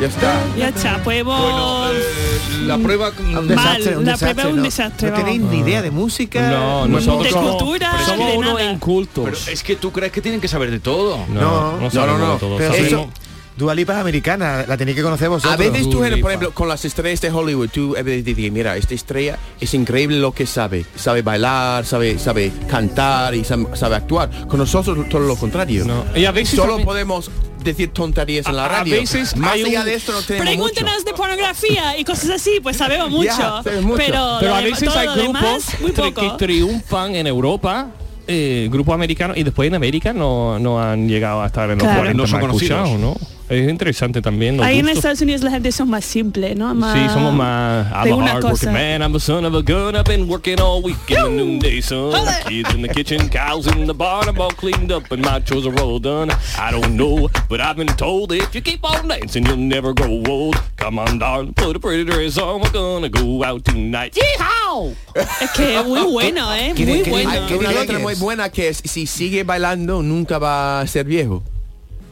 Ya está.
Ya está, pues hemos-
Eh,
La prueba... Ah.
Un
Mal,
desastre, un
la
desastre,
prueba es un
no.
desastre,
No
vamos.
tenéis ni idea de música,
No,
ni
nosotros
de
somos-
cultura,
pero somos
ni de
unos
nada.
incultos.
Pero es que tú crees que tienen que saber de todo.
No, no, no, no. Pero
Sabemos-
eso, Dua Lipa es americana, la tenéis que conocer vosotros.
A veces tú, eres, por ejemplo, con las estrellas de Hollywood, tú a veces dices, mira, esta estrella es increíble lo que sabe. Sabe bailar, sabe, sabe cantar y sam- sabe actuar. Con nosotros todo lo contrario.
Y a veces
Solo
también-
podemos decir tonterías en
A-
la
a
radio.
veces
Más
hay
allá
un-
de esto no tenemos mucho.
Pregúntenos de pornografía y cosas así, pues sabemos mucho.
Ya, sabes mucho.
Pero,
Pero
lo
a
dem-
veces
todo
hay
lo
grupos
demás, muy
tri- que
poco.
triunfan en Europa, eh, grupos americanos, y después en América no, no han llegado a estar en los
Claro.
40
No
más
son conocidos.
escuchados, ¿no? Es interesante también los
Ahí en
gustos.
Estados Unidos la gente son más simple, ¿no? Más...
Sí, somos más
Hay
I'm a
una
hard
cosa.
working man, I'm a son of a gun, I've been working all week in the noonday sun. The kids in the kitchen, cows in the barn, I'm all cleaned up and my chores are all done. I don't know, but I've been told if you keep on dancing, you'll never grow old. Come on, darling, put a pretty dress on, we're gonna go out tonight.
¡Yeehaw! Es que es muy bueno, ¿eh?
¿Qué-
Muy
qué-
bueno.
Hay ah, una letra muy buena que es, si sigue bailando nunca va a ser viejo.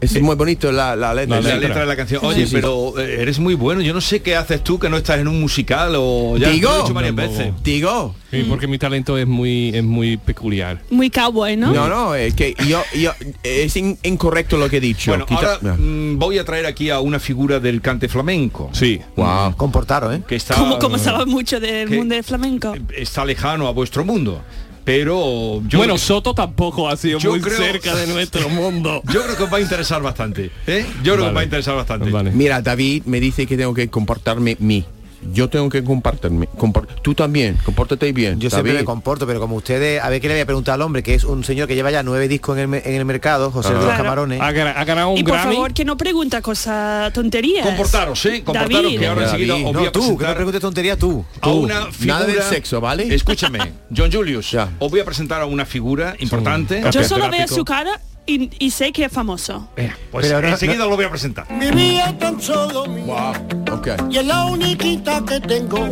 Es muy bonito la, la letra.
La, letra de la canción. Oye,
Sí, sí.
pero eh, eres muy bueno. Yo no sé qué haces tú que no estás en un musical o ya
Digo.
lo he dicho varias
Tampoco.
veces.
Digo.
Sí, porque mi talento es muy, es muy peculiar.
Muy cowboy, ¿no?
No, no, es que yo, yo es in- incorrecto lo que he dicho.
Bueno,
Quizá-
ahora mm, voy a traer aquí a una figura del cante flamenco.
Sí.
Wow.
Comportaros, ¿eh?
Que está, mm,
Como, como sabes mucho del
¿Qué?
mundo del flamenco.
está lejano a vuestro mundo. Pero yo
Bueno, Soto tampoco ha sido
Yo
muy
creo-
cerca de nuestro mundo.
Yo creo que os va a interesar bastante. ¿eh? Yo creo que os va a interesar bastante.
Mira, David me dice que tengo que comportarme mí. Yo tengo que comportarme. compor- Tú también, compórtate bien.
Yo siempre
David.
me comporto, pero como ustedes, a ver qué le voy a preguntar al hombre, que es un señor que lleva ya nueve discos en el, me- en el mercado, José de los
Claro.
Camarones.
Ha, ganado
Y por favor, que no pregunta cosas tonterías.
Comportaros, ¿eh? Comportaros,
David.
que ahora David, enseguida os voy a
no, tú,
que no preguntes tontería tú.
a una figura...
Nada del sexo, ¿vale?
Escúchame, John Julius, os voy a presentar a una figura importante.
Yo solo veo su cara y, y sé que es famoso.
Pues
Pero no-
enseguida
no-
os lo voy a presentar.
Vivía tan solo mía
Ok.
y es la uniquita que tengo.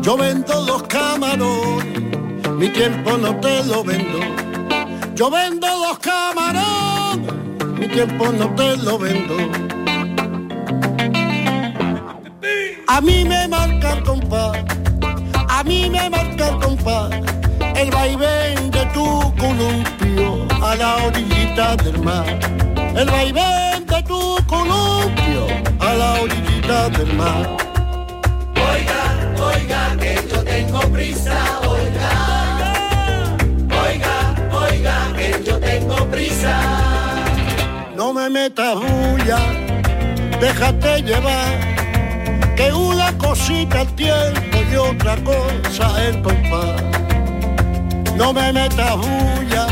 Yo vendo dos camarones, mi tiempo no te lo vendo. Yo vendo dos camarones, mi tiempo no te lo vendo. A mí me marca el compás, a mí me marca el compás, el vaivén de tu columpio a la orillita del mar. El vaivén de tu columpio a la orillita del mar.
Oiga, oiga, que yo tengo prisa, oiga. Oiga, oiga, que yo tengo prisa.
No me metas bulla, déjate llevar, que una cosita el tiempo y otra cosa el compás. No me metas bulla,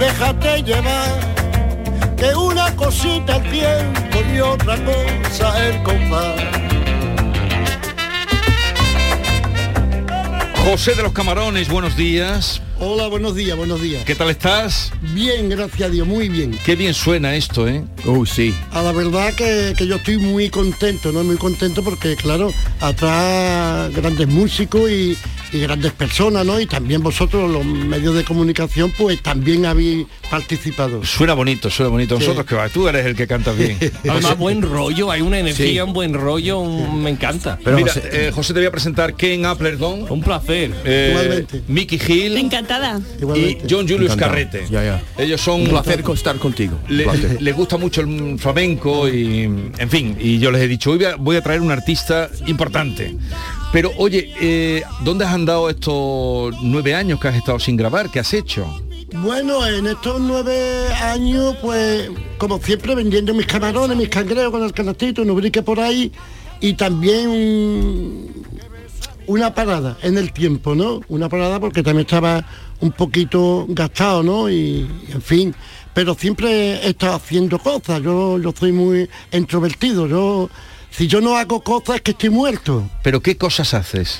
déjate llevar, que una cosita el tiempo y otra cosa el compás.
José de los Camarones, buenos días.
Hola, buenos días, buenos días.
¿Qué tal estás?
Bien, gracias a Dios, muy bien.
Qué bien suena esto, ¿eh?
Oh, sí.
A la verdad que, que yo estoy muy contento, ¿no? Muy contento porque, claro, atrás grandes músicos y, y grandes personas, ¿no? Y también vosotros, los medios de comunicación, pues también habéis participado.
Suena bonito, suena bonito. Nosotros que va, tú eres el que cantas bien.
Además, buen rollo, hay una energía,
Sí.
un buen rollo, un- me encanta.
Mira, eh, José, te voy a presentar Ken Appleton. Eh,
Un placer.
Igualmente.
Mickey Hill
Encantada.
y John Julius
Encantado.
Carrete.
Ya, ya.
Ellos son
Un placer estar contigo. Un
Eh, Le,
placer.
les gusta mucho el flamenco y en fin y yo les he dicho hoy voy a, voy a traer un artista importante pero oye eh, dónde has andado estos nueve años que has estado sin grabar qué has hecho
Bueno, en estos nueve años, pues, como siempre, vendiendo mis camarones, mis cangreos con el canastito, un ubrique por ahí y también un- una parada en el tiempo, ¿no? Una parada porque también estaba un poquito gastado, ¿no? Y, y, en fin, pero siempre he estado haciendo cosas, yo, yo soy muy introvertido, yo... Si yo no hago cosas es que estoy muerto
pero qué cosas haces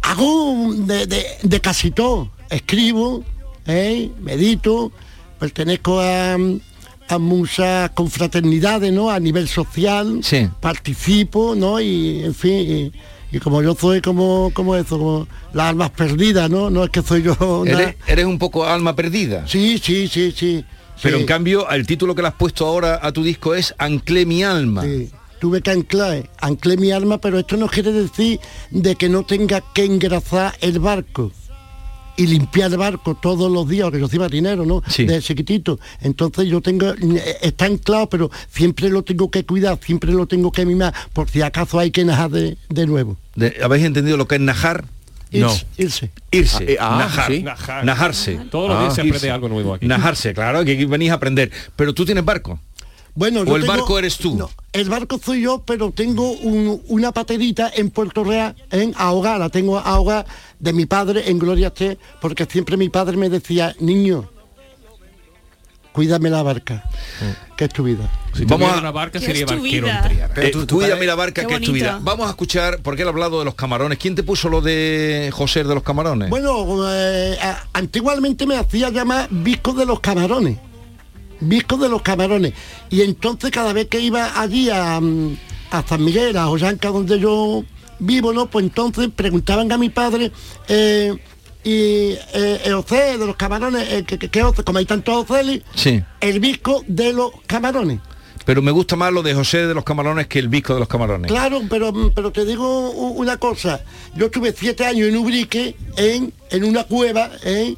hago de, de- de casi todo. Escribo, ¿eh? medito, pertenezco a, a muchas confraternidades, ¿no? A nivel social, participo, ¿no? Y en fin, y- y, Y como yo soy como, como eso, como las almas perdidas, ¿no? No es que soy yo una-
Eres, eres un poco alma perdida.
Sí, sí, sí, sí.
Pero
sí.
en cambio, el título que le has puesto ahora a tu disco es Anclé mi alma.
Tuve que anclar, anclé mi alma, pero esto no quiere decir de que no tenga que engrasar el barco y limpiar el barco todos los días, que yo soy marinero, ¿no? De chiquitito. Entonces yo tengo, eh, está anclado, pero siempre lo tengo que cuidar, siempre lo tengo que mimar, por si acaso hay que najar de, de nuevo.
De- ¿Habéis entendido lo que es najar?
Irse, irse.
Irse.
Ah, ah,
najar,
sí. Ah,
najar, Najarse.
Todos los días se aprende
irse.
algo nuevo aquí.
Najarse, claro, que aquí venís a aprender. Pero tú tienes barco.
Bueno,
o
yo
el
tengo-
barco eres tú.
El barco soy yo, pero tengo un- una paterita en Puerto Real, en Ahoga, la tengo ahoga de mi padre en Gloria Esté, porque siempre mi padre me decía, niño, cuídame la barca, que es tu vida.
Si
Vamos
tuviera
a-
una barca
¿Qué
sería
es tu
barquero
vida?
en Triana.
Eh, cuídame la barca
Qué
que es tu
bonito.
vida. Vamos a escuchar, porque él ha hablado de los camarones. ¿Quién te puso lo de José de los camarones?
Bueno, eh, a- antiguamente me hacía llamar Visco de los Camarones. Visco de los Camarones. Y entonces cada vez que iba allí a, mm, a San Miguel, a Ollanca, donde yo vivo, ¿no? Pues entonces preguntaban a mi padre, eh, y eh, el José de los Camarones, eh, ¿qué, qué- qué José? Como hay tantos Ocelis,
sí.
el Visco de los Camarones.
Pero me gusta más lo de José de los camarones que el visco de los camarones.
Claro, pero, pero te digo u- una cosa. Yo estuve siete años en Ubrique, en, en una cueva, ¿eh?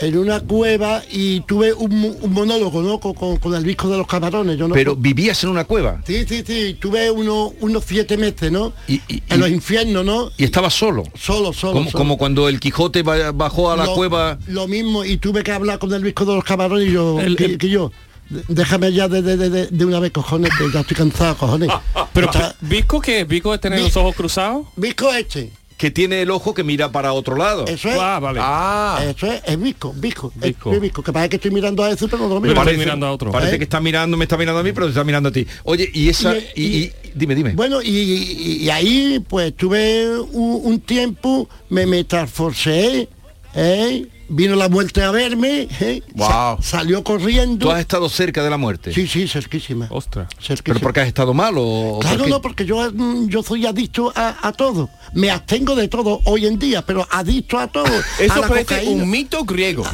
en una cueva, y tuve un, mo- un monólogo ¿no? con, con- con el disco de los camarones. Yo no
Pero vivías en una cueva
Sí, sí, sí. Tuve uno- unos siete meses, ¿no? en los infiernos, ¿no?
y estabas solo.
Solo, solo.
como,
solo.
como cuando el Quijote ba- bajó a la
Lo-
cueva.
Lo mismo, y tuve que hablar con el disco de los camarones y yo,
El-
que,
el-
que yo. "De- Déjame ya de, de- de- de- de una vez, cojones, que ya estoy cansado, cojones.
Pero Visco qué es? Visco es tener los ojos cruzados.
Visco este.
Que tiene el ojo que mira para otro lado.
Eso es.
Ah, vale.
Eso es, es Visco, Visco. es
Visco.
es Visco, Que parece que estoy mirando a eso, pero no lo miro. ¿Eh?
Parece- Parece que está mirando, me está mirando a mí, pero te está mirando a ti. Oye, y esa.
Y-
Y, y- dime, dime.
Bueno, y, y- y ahí pues tuve un, un tiempo, me metamorfosé, ¿eh? vino la muerte a verme, ¿eh? Sa-
Wow.
salió corriendo.
Tú has estado cerca de la muerte.
Sí, sí, cerquísima.
Ostras.
¿Pero porque has estado mal o o
Claro,
porque-
no, porque yo, mm, yo soy adicto a, a todo. Me abstengo de todo hoy en día, pero adicto a todo. a
Eso
la
parece
cocaína.
un mito griego.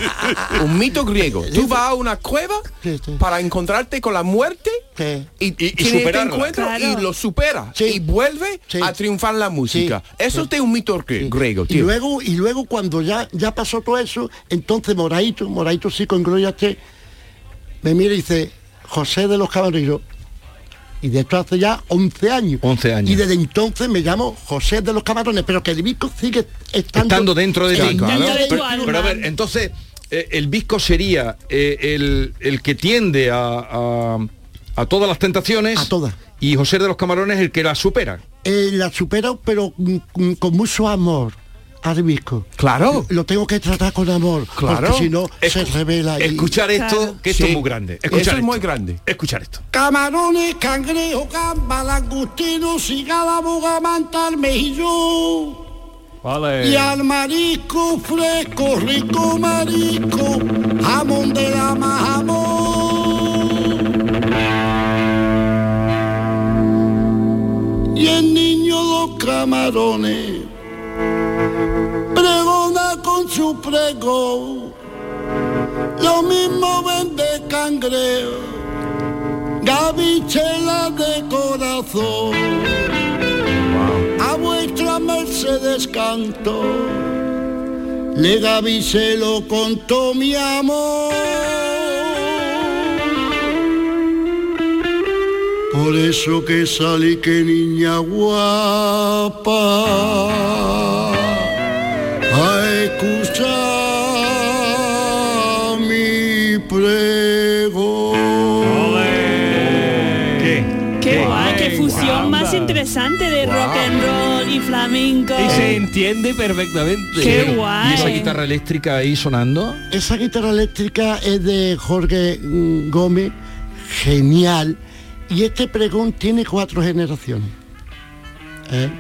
un mito griego. Tú vas a una cueva para encontrarte con la muerte y, tienes este
superarla.
encuentro y
Claro.
lo supera y vuelve a triunfar en la música. Eso es un mito grie- griego,
Y
tío.
luego, y luego cuando ya, ya pasó todo eso, entonces Moraito, Moraito sí con Gloria Esté, me mira y dice, José de los Camarillos. Y de esto hace ya 11 años.
11 años.
Y desde entonces me llamo José de los Camarones, pero que el disco sigue estando,
estando dentro de
Sí,
ti.
claro.
Pero, pero a ver, entonces, eh, el visco sería eh, el, el que tiende a, a- a todas las tentaciones. A
todas.
Y José de los Camarones el que las supera.
Eh, la supero, pero mm, mm, con mucho amor. Al disco.
Claro.
Lo tengo que tratar con amor.
Claro.
Porque si no, se revela. y-
Escuchar esto, que esto es muy grande. Escuchar
Eso es
esto.
muy grande.
Escuchar esto.
Camarones, cangrejo, gamba, langostino, cigala, bogamanta, al mejillón
Vale.
y al marisco fresco, rico marisco, jamón de dama, jamón. Y el niño los camarones pregona con su pregón, lo mismo vende cangrejo, gavichela de corazón. A vuestra mercedes canto, le Gaby se lo contó mi amor. Por eso que salí que niña guapa a escuchar mi prego.
Qué guay, qué fusión más interesante de rock and roll y flamenco.
Y se entiende perfectamente.
Qué
¿Y esa
guay.
guitarra eléctrica ahí sonando?
Esa guitarra eléctrica es de Jorge mm, Gómez, genial. Y este pregón tiene cuatro generaciones. ¿eh?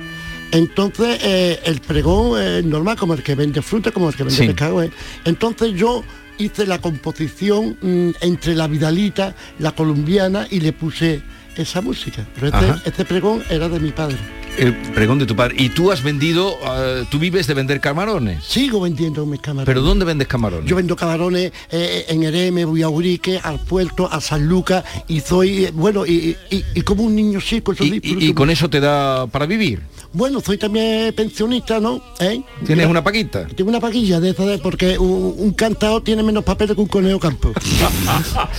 Entonces, eh, el pregón es normal, como el que vende fruta, como el que vende
Sí.
pescado. ¿eh? Entonces yo hice la composición mm, entre la vidalita, la colombiana, y le puse esa música. Pero este,
Ajá.
este pregón era de mi padre.
El pregón de Eh, tu padre. Y tú has vendido, eh, tú vives de vender camarones.
Sigo vendiendo mis camarones.
Pero ¿dónde vendes camarones?
Yo vendo camarones eh, en Ereme, Buyaurique, al puerto, a San Lucas y soy, eh, bueno, y, y- y como un niño chico. eso disfruto
y, y con eso te da para vivir.
Bueno, soy también pensionista, ¿no? ¿Eh?
Tienes
Mira,
una paquita.
Tengo una paquilla de esas, de- porque un, un cantador tiene menos papel que un coneo campo.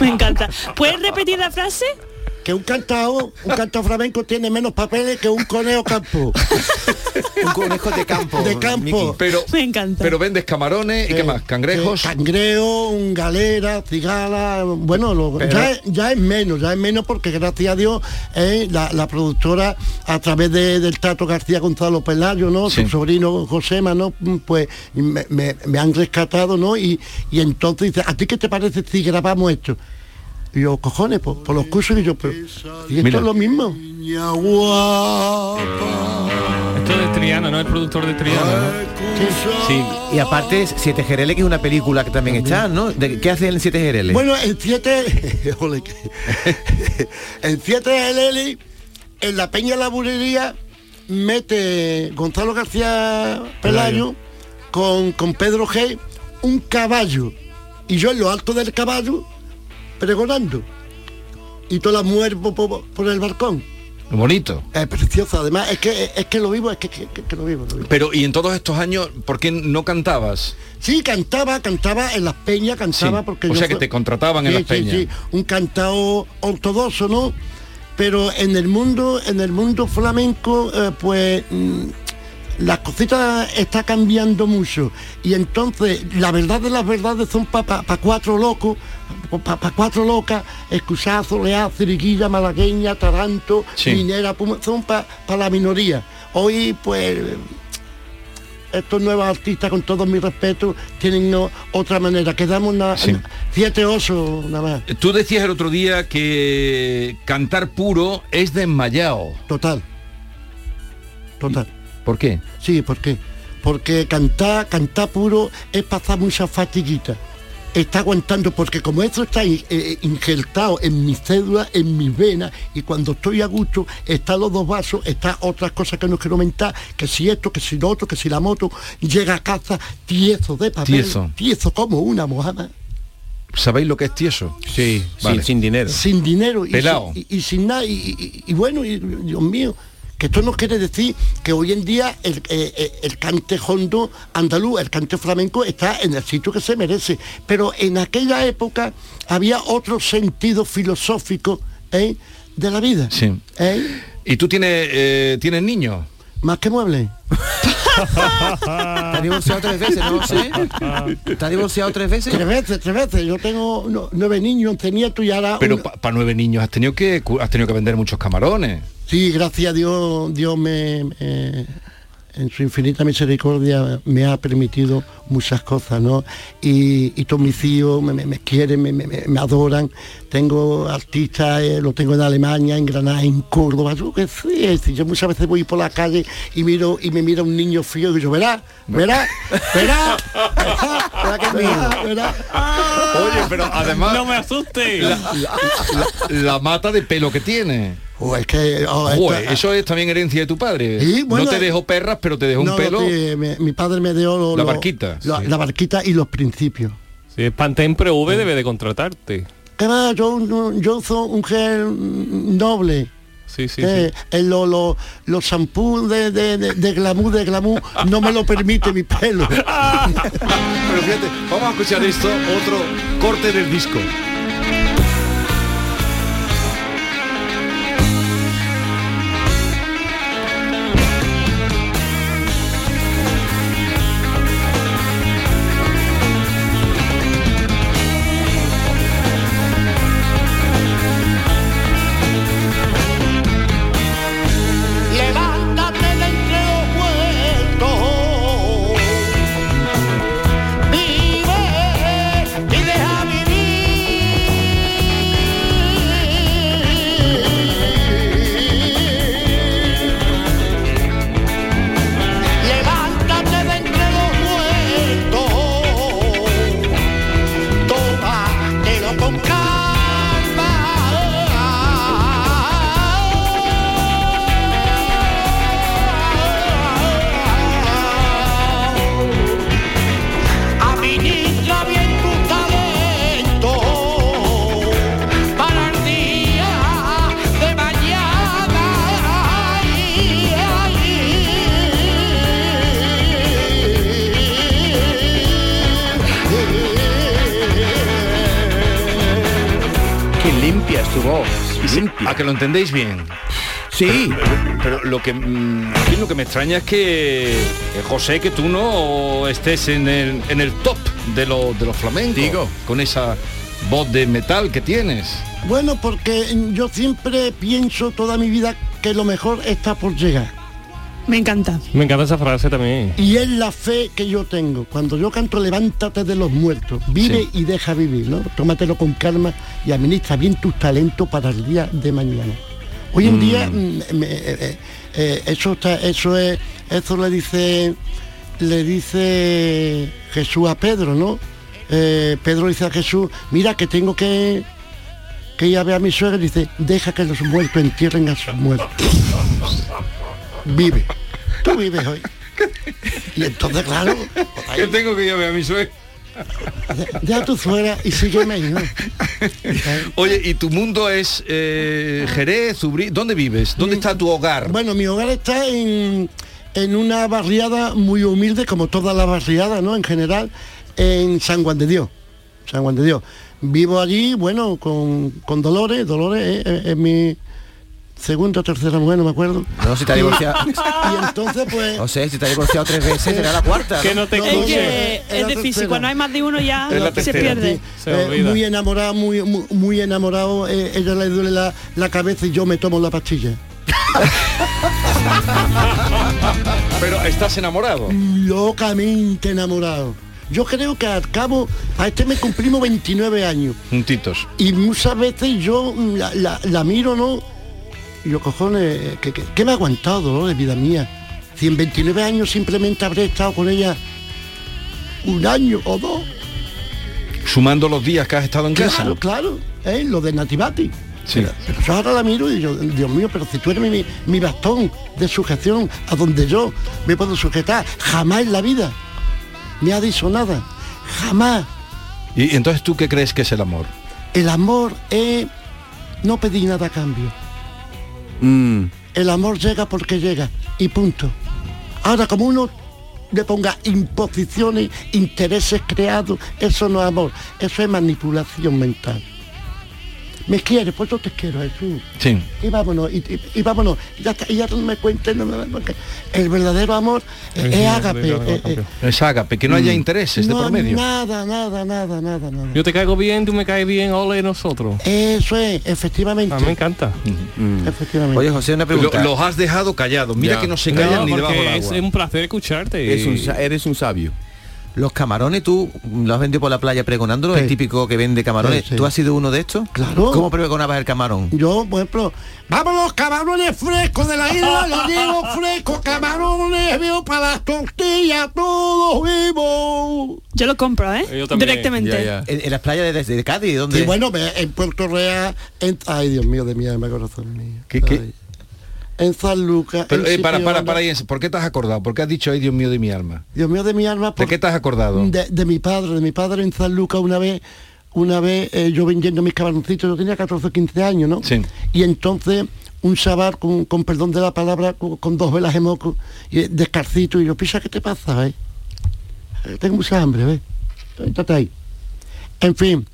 Me encanta. ¿Puedes repetir la frase?
Que un cantao, un canto flamenco tiene menos papeles que un coneo campo.
un conejo de campo.
De campo.
Pero,
Me encanta.
Pero vendes camarones y qué más, cangrejos.
Cangreo, un galera, cigala, bueno, lo-
Pero-
ya, es, ya es menos, ya es menos porque gracias a Dios eh, la, la productora a través de- del Tato García Gonzalo Pelayo, ¿no? Su sobrino Josema, ¿no? Mm, Pues me, me- me han rescatado, ¿no? Y, y entonces dice, ¿a ti qué te parece si grabamos esto? Y yo, cojones, pues, por, por los cursos y yo, pero. Y esto
Mira.
es lo mismo.
Esto de Triana, ¿no? El productor de Triana, ¿no?
Sí. Y aparte es 7GRL, que es una película que también, está, ¿no? ¿De, ¿Qué hace el 7GRL?
Bueno, el 7 Ole, que- el 7 LL en la Peña La Bulería mete Gonzalo García Pelayo con, con Pedro G un caballo y yo en lo alto del caballo pregonando y toda la mujer po- po- por el balcón
Bonito.
es precioso además es que es que lo vivo es que, que- que- que lo vivo, lo vivo.
Pero y en todos estos años, ¿por qué no cantabas?
Sí, cantaba, cantaba en las peñas, cantaba
Sí.
porque
O
yo
sea que
fue-
te contrataban en
Sí,
las
sí,
peñas.
sí, un cantao ortodoxo, ¿no? Pero en el mundo, en el mundo flamenco, eh, pues mm, las cositas está cambiando mucho. Y entonces, la verdad de las verdades son para cuatro locos, para cuatro locas, excusazo, leal, ciriguilla, malagueña, taranto,
Sí.
minera, pum, son para la minoría. Hoy, pues, estos nuevos artistas, con todo mi respeto, tienen no- otra manera. Quedamos una,
Sí.
siete osos nada más.
Tú decías el otro día que cantar puro es desmayado.
Total. Total.
¿Por qué?
Sí, ¿por qué? Porque cantar, cantar puro es pasar mucha fatiguita. Está aguantando, porque como esto está in- eh, injertado en mis cédulas, en mis venas, y cuando estoy a gusto, están los dos vasos, está otras cosas que no quiero mentar, que si esto, que si lo otro, que si la moto, llega a casa tieso de papel,
Tieso.
tieso como una mojama.
¿Sabéis lo que es tieso? Sí, sin dinero.
Sin dinero y,
Pelao.
sin- y- y sin nada. Y, y- y bueno, y- Dios mío, que esto no quiere decir que hoy en día el, eh, eh, el cante hondo andaluz, el cante flamenco está en el sitio que se merece. Pero en aquella época había otro sentido filosófico ¿eh? de la vida.
Sí.
¿eh?
¿Y tú tienes, eh, tienes niños?
Más que muebles.
¿Te has divorciado tres veces, no lo sé? ¿Te has divorciado tres veces?
Tres veces, tres veces. Yo tengo no- nueve niños, once nietos y ahora
Pero para nueve niños has tenido que cu- has tenido que vender muchos camarones.
Sí, gracias a Dios, Dios me, eh, en su infinita misericordia me ha permitido muchas cosas, ¿no? Y, y todos mis hijos me, me- me quieren, me, me- me- me adoran. Tengo artistas, eh, los tengo en Alemania, en Granada, en Córdoba, yo qué sé. es decir, Yo muchas veces voy por la calle y miro y me mira un niño frío y yo, verá, verá, verá, verá, que es mío, verá.
Oye, pero además.
¡No me asustes!
La, la- la mata de pelo que tiene.
O es que, oh, esto-
Joder, eso es también herencia de tu padre.
Sí, bueno, eh.
no te dejó perras, pero te dejó
No,
un
lo
pelo.
que me- mi padre me dio lo-
La
lo-
barquita,
la-
sí.
la barquita y los principios.
Si es Pantene Pre V debe de contratarte.
Que va, yo, yo, yo soy un gel mm, noble.
Sí, sí,
Eh, el lo- lo- los shampoos de, de, de- de glamour, de glamour, no me lo permite mi pelo.
Pero fíjate, vamos a escuchar esto, otro corte del disco.
Levántate de entre los muertos. Vive y deja vivir.
Qué limpia estuvo.
A que lo entendéis bien.
Sí.
Pero, pero lo que mm, en fin, lo que me extraña es que eh, José, que tú no estés en el, en el top de, lo- de los flamencos. Digo. Con esa voz de metal que tienes.
Bueno, porque yo siempre pienso toda mi vida que lo mejor está por llegar.
Me encanta.
Me encanta esa frase también.
Eh,
Y es la fe que yo tengo. Cuando yo canto levántate de los muertos, vive
Sí.
y deja vivir, ¿no? Tómatelo con calma y administra bien tus talentos para el día de mañana. Hoy en
Mm.
día mm, me- eh, eh, eh, eso está, eso es, eso le dice, le dice Jesús a Pedro, ¿no? Eh, Pedro dice a Jesús, mira que tengo que que ir a ver a mi suegra y dice, deja que los muertos entierren a sus muertos. Vive. Tú vives hoy. Y entonces, claro,
Yo tengo que ir a ver a mi suegra.
deja a tu suegra y sígueme, ¿no?
Oye, ¿y tu mundo es eh, Jerez, Ubrí? ¿Dónde vives?
Mm.
¿Dónde está tu hogar?
Bueno, mi hogar está en, en una barriada muy humilde, como toda la barriada, ¿no? En general, en San Juan de Dios. San Juan de Dios. Vivo allí, bueno, con, con Dolores. Dolores es, es- es mi segunda o tercera mujer, no me acuerdo.
No, si te ha divorciado.
y entonces, pues...
No sé, si te ha divorciado tres veces, será la cuarta.
Es, que es difícil, cuando hay más de uno ya Ah, se pierde.
Eh, muy enamorado, muy, muy, muy enamorado, eh, ella le duele la, la cabeza y yo me tomo la pastilla.
Pero estás enamorado.
Mm.
Locamente enamorado. Yo creo que al cabo, a este me cumplimos 29 años.
Juntitos.
Y muchas veces yo mm, la, la- la miro, ¿no? Y yo, cojones, eh, ¿qué, qué, qué me ha aguantado, Dolores, vida mía? Si en 29 años simplemente habré estado con ella un año o dos.
Sumando los días que has estado en casa.
Claro, claro, ¿eh? lo de Nativati.
Sí.
Pero yo ahora la miro y yo, Dios mío, pero si tú eres mi, mi bastón de sujeción a donde yo me puedo sujetar, jamás en la vida me ha dicho nada. Jamás.
¿Y entonces tú qué crees que es el amor?
El amor es no pedir nada a cambio.
Mm.
El amor llega porque llega y punto. Ahora como uno le ponga imposiciones, intereses creados, eso no es amor, eso es manipulación mental. Me quieres, pues yo te quiero, Jesús.
Sí.
Y vámonos, y, y- y vámonos, ya está, y ya no me cuentes, no, no, no, porque el verdadero amor es, es ágape. eh, eh,
Es ágape, que no
Mm.
haya intereses de
no,
por medio.
Nada, nada, nada, nada, nada.
Yo te caigo bien, tú me caes bien, ole nosotros.
Eso es, efectivamente.
A mí me encanta.
Efectivamente.
Oye, José, una pregunta.
Lo- los has dejado callados. Mira
Ya.
que no se callan
No,
ni debajo del
porque
agua.
es un
placer escucharte.
Es un sa-
eres un sabio.
Los camarones, tú mm, los has vendido por la playa pregonándolo, el típico que vende camarones.
Sí, sí.
¿Tú has sido uno de estos?
Claro.
¿Cómo pregonabas el camarón?
Yo, por ejemplo, vámonos camarones frescos de la isla, los llevo frescos, camarones veo para las tortillas, todos vivos.
Yo lo compro, ¿eh? Directamente.
En, en las playas de, de Cádiz, ¿dónde?
Y bueno, ve, en Puerto Real, en- ay Dios mío, de mi alma, corazón mío.
¿Qué- qué?
Ay. En San Lucas.
Pero,
en
eh, para, para,
Sipiona.
para, Iense, ¿por qué te has acordado? ¿Por qué has dicho, ay Dios mío de mi alma?
Dios mío de mi alma.
¿De qué te has
Mm.
acordado?
De, de mi padre, de mi padre en San Lucas una vez, una vez eh, yo vendiendo mis cabaroncitos, yo tenía 14 o 15 años, ¿no?
Sí.
Y entonces un chaval, con, con perdón de la palabra, con, con dos velas de moco, y, eh, descalcito, y yo, pisa, ¿qué te pasa, eh? Eh, Tengo mucha hambre, ¿ves? Estate ahí. En fin,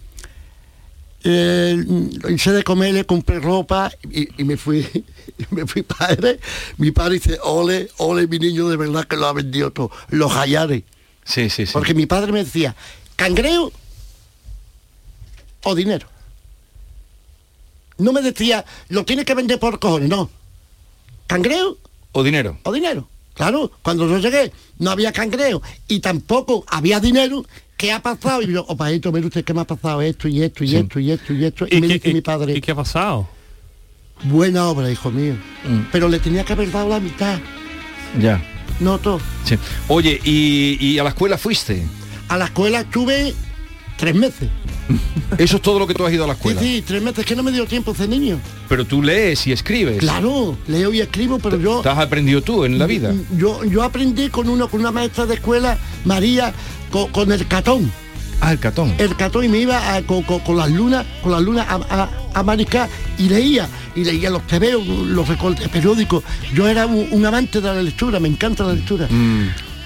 eh, lo hice de comer, le compré ropa y, y me fui, y me fui padre. Mi padre dice, ole, ole, mi niño de verdad que lo ha vendido todo, los hallares.
Sí, sí, sí.
Porque mi padre me decía, cangreo o dinero. No me decía, lo tienes que vender por cojones, no. Cangreo
¿O dinero?
o dinero. Claro, cuando yo llegué no había cangreo y tampoco había dinero. ¿Qué ha pasado? Y yo, opa, esto, mire usted, ¿qué me ha pasado? Esto y esto y esto y esto y esto. Y, me dice mi padre... ¿Y
qué ha pasado?
Buena obra, hijo mío. Pero le tenía que haber dado la mitad,
Ya.
no todo.
sí. Oye, ¿y, y a la escuela fuiste?
A la escuela estuve tres meses.
Eso es todo lo que tú has ido a la
Sí,
escuela.
sí, tres meses, que no me dio tiempo ese niño.
Pero tú lees y escribes.
Claro, leo y escribo, pero yo... Mm,
Te has aprendido tú en la vida.
Mm.
Yo, yo aprendí con uno, con una maestra de escuela, María, co- con, el catón.
Ah, el catón.
El catón y me iba a- co- co- con, las lunas, con las lunas a, a, a mariscar y leía, y leía los TV,
Mm.
los recortes periódicos. Yo era un, un amante de la lectura, me encanta la lectura.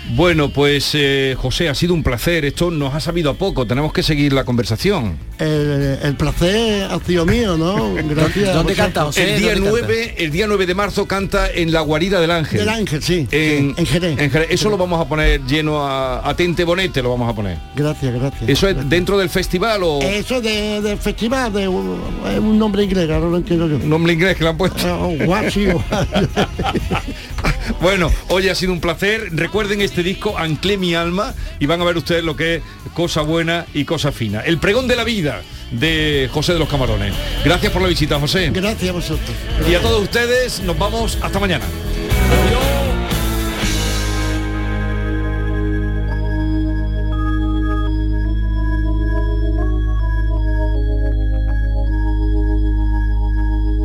Bueno, pues eh, José, ha sido un placer. Esto nos ha sabido a poco. Tenemos que seguir la conversación.
El, Eh, el placer ha sido mío, ¿no? Gracias. a vosotros.
El día, 9, el día 9 de marzo canta en la guarida del Ángel.
Del Ángel, sí.
En, Jerez. Eso lo vamos a poner lleno a, a Tente Bonete, lo vamos a poner.
Gracias, gracias.
¿Eso es dentro del festival o...?
Eso de, del festival, de un, es un nombre inglés, ahora lo entiendo yo. Ah,
Nombre inglés que le han puesto.
Guasi,
Bueno, hoy ha sido un placer. Recuerden este disco, Anclé mi alma, y van a ver ustedes lo que es cosa buena y cosa fina. El pregón de la vida de José de los Camarones. Gracias por la visita, José.
Gracias a vosotros.
Y a todos ustedes, nos vamos hasta mañana.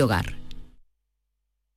Hogar.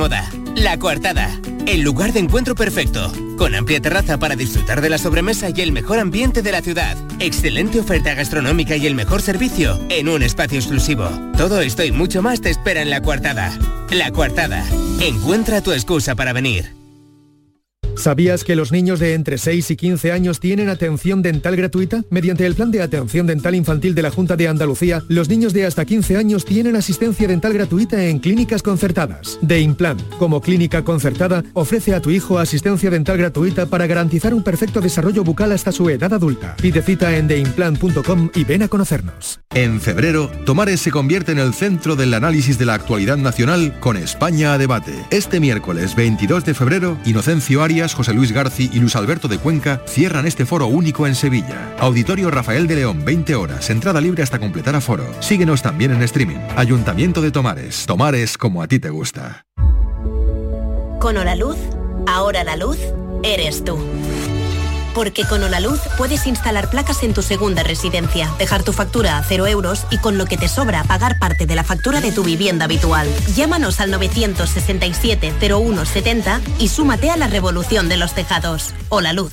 moda, La Coartada. El lugar de encuentro perfecto, con amplia terraza para disfrutar de la sobremesa y el mejor ambiente de la ciudad. Excelente oferta gastronómica y el mejor servicio en un espacio exclusivo. Todo esto y mucho más te espera en La Coartada. La Coartada. Encuentra tu excusa para venir.
¿Sabías que los niños de entre 6 y 15 años tienen atención dental gratuita? Mediante el Plan de Atención Dental Infantil de la Junta de Andalucía, los niños de hasta 15 años tienen asistencia dental gratuita en clínicas concertadas. De Implan, como clínica concertada, ofrece a tu hijo asistencia dental gratuita para garantizar un perfecto desarrollo bucal hasta su edad adulta. Pide cita en deimplan.com y ven a conocernos.
En febrero, Tomares se convierte en el centro del análisis de la actualidad nacional con España a debate. Este miércoles 22 de febrero, Inocencio Arias, José Luis Garci y Luis Alberto de Cuenca cierran este foro único en Sevilla. Auditorio Rafael de León, 20 horas, entrada libre hasta completar aforo. Síguenos también en streaming. Ayuntamiento de Tomares. Tomares como a ti te gusta.
Con Olaluz, ahora la luz eres tú. Porque con Olaluz puedes instalar placas en tu segunda residencia, dejar tu factura a 0 euros y con lo que te sobra pagar parte de la factura de tu vivienda habitual. Llámanos al 967-0170 y súmate a la revolución de los tejados. Olaluz.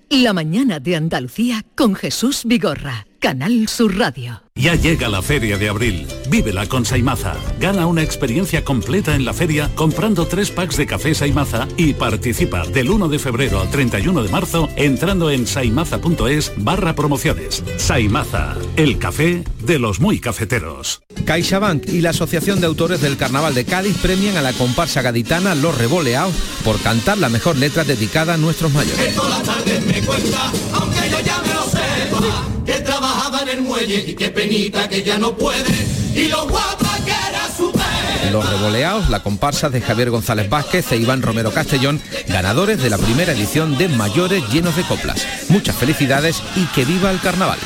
La Mañana de Andalucía con Jesús Vigorra, Canal Sur Radio.
Ya llega la feria de abril. Vívela con Saimaza. Gana una experiencia completa en la feria comprando tres packs de café Saimaza y participa del 1 de febrero al 31 de marzo entrando en saimaza.es barra promociones. Saimaza, el café de los muy cafeteros.
CaixaBank y la Asociación de Autores del Carnaval de Cádiz premian a la comparsa gaditana Los Reboleados por cantar la mejor letra dedicada a nuestros mayores.
Todas las tardes me cuenta, aunque yo ya me lo sepa, que trabajaba en el muelle y qué penita que ya no puede, y lo guapa que era su pe-
Los Reboleados, la comparsa de Javier González Vázquez e Iván Romero Castellón, ganadores de la primera edición de Mayores Llenos de Coplas. Muchas felicidades y que viva el carnaval.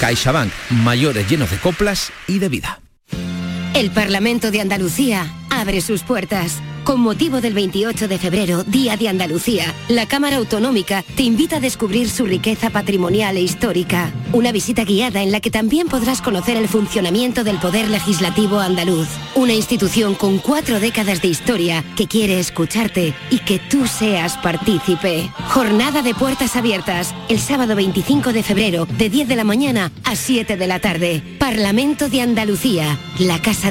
CaixaBank, Mayores Llenos de Coplas y de vida.
El Parlamento de Andalucía abre sus puertas. Con motivo del 28 de febrero, Día de Andalucía, la Cámara Autonómica te invita a descubrir su riqueza patrimonial e histórica. Una visita guiada en la que también podrás conocer el funcionamiento del Poder Legislativo andaluz, una institución con cuatro décadas de historia que quiere escucharte y que tú seas partícipe. Jornada de puertas abiertas, el sábado 25 de febrero, de 10 de la mañana a 7 de la tarde. Parlamento de Andalucía, la Casa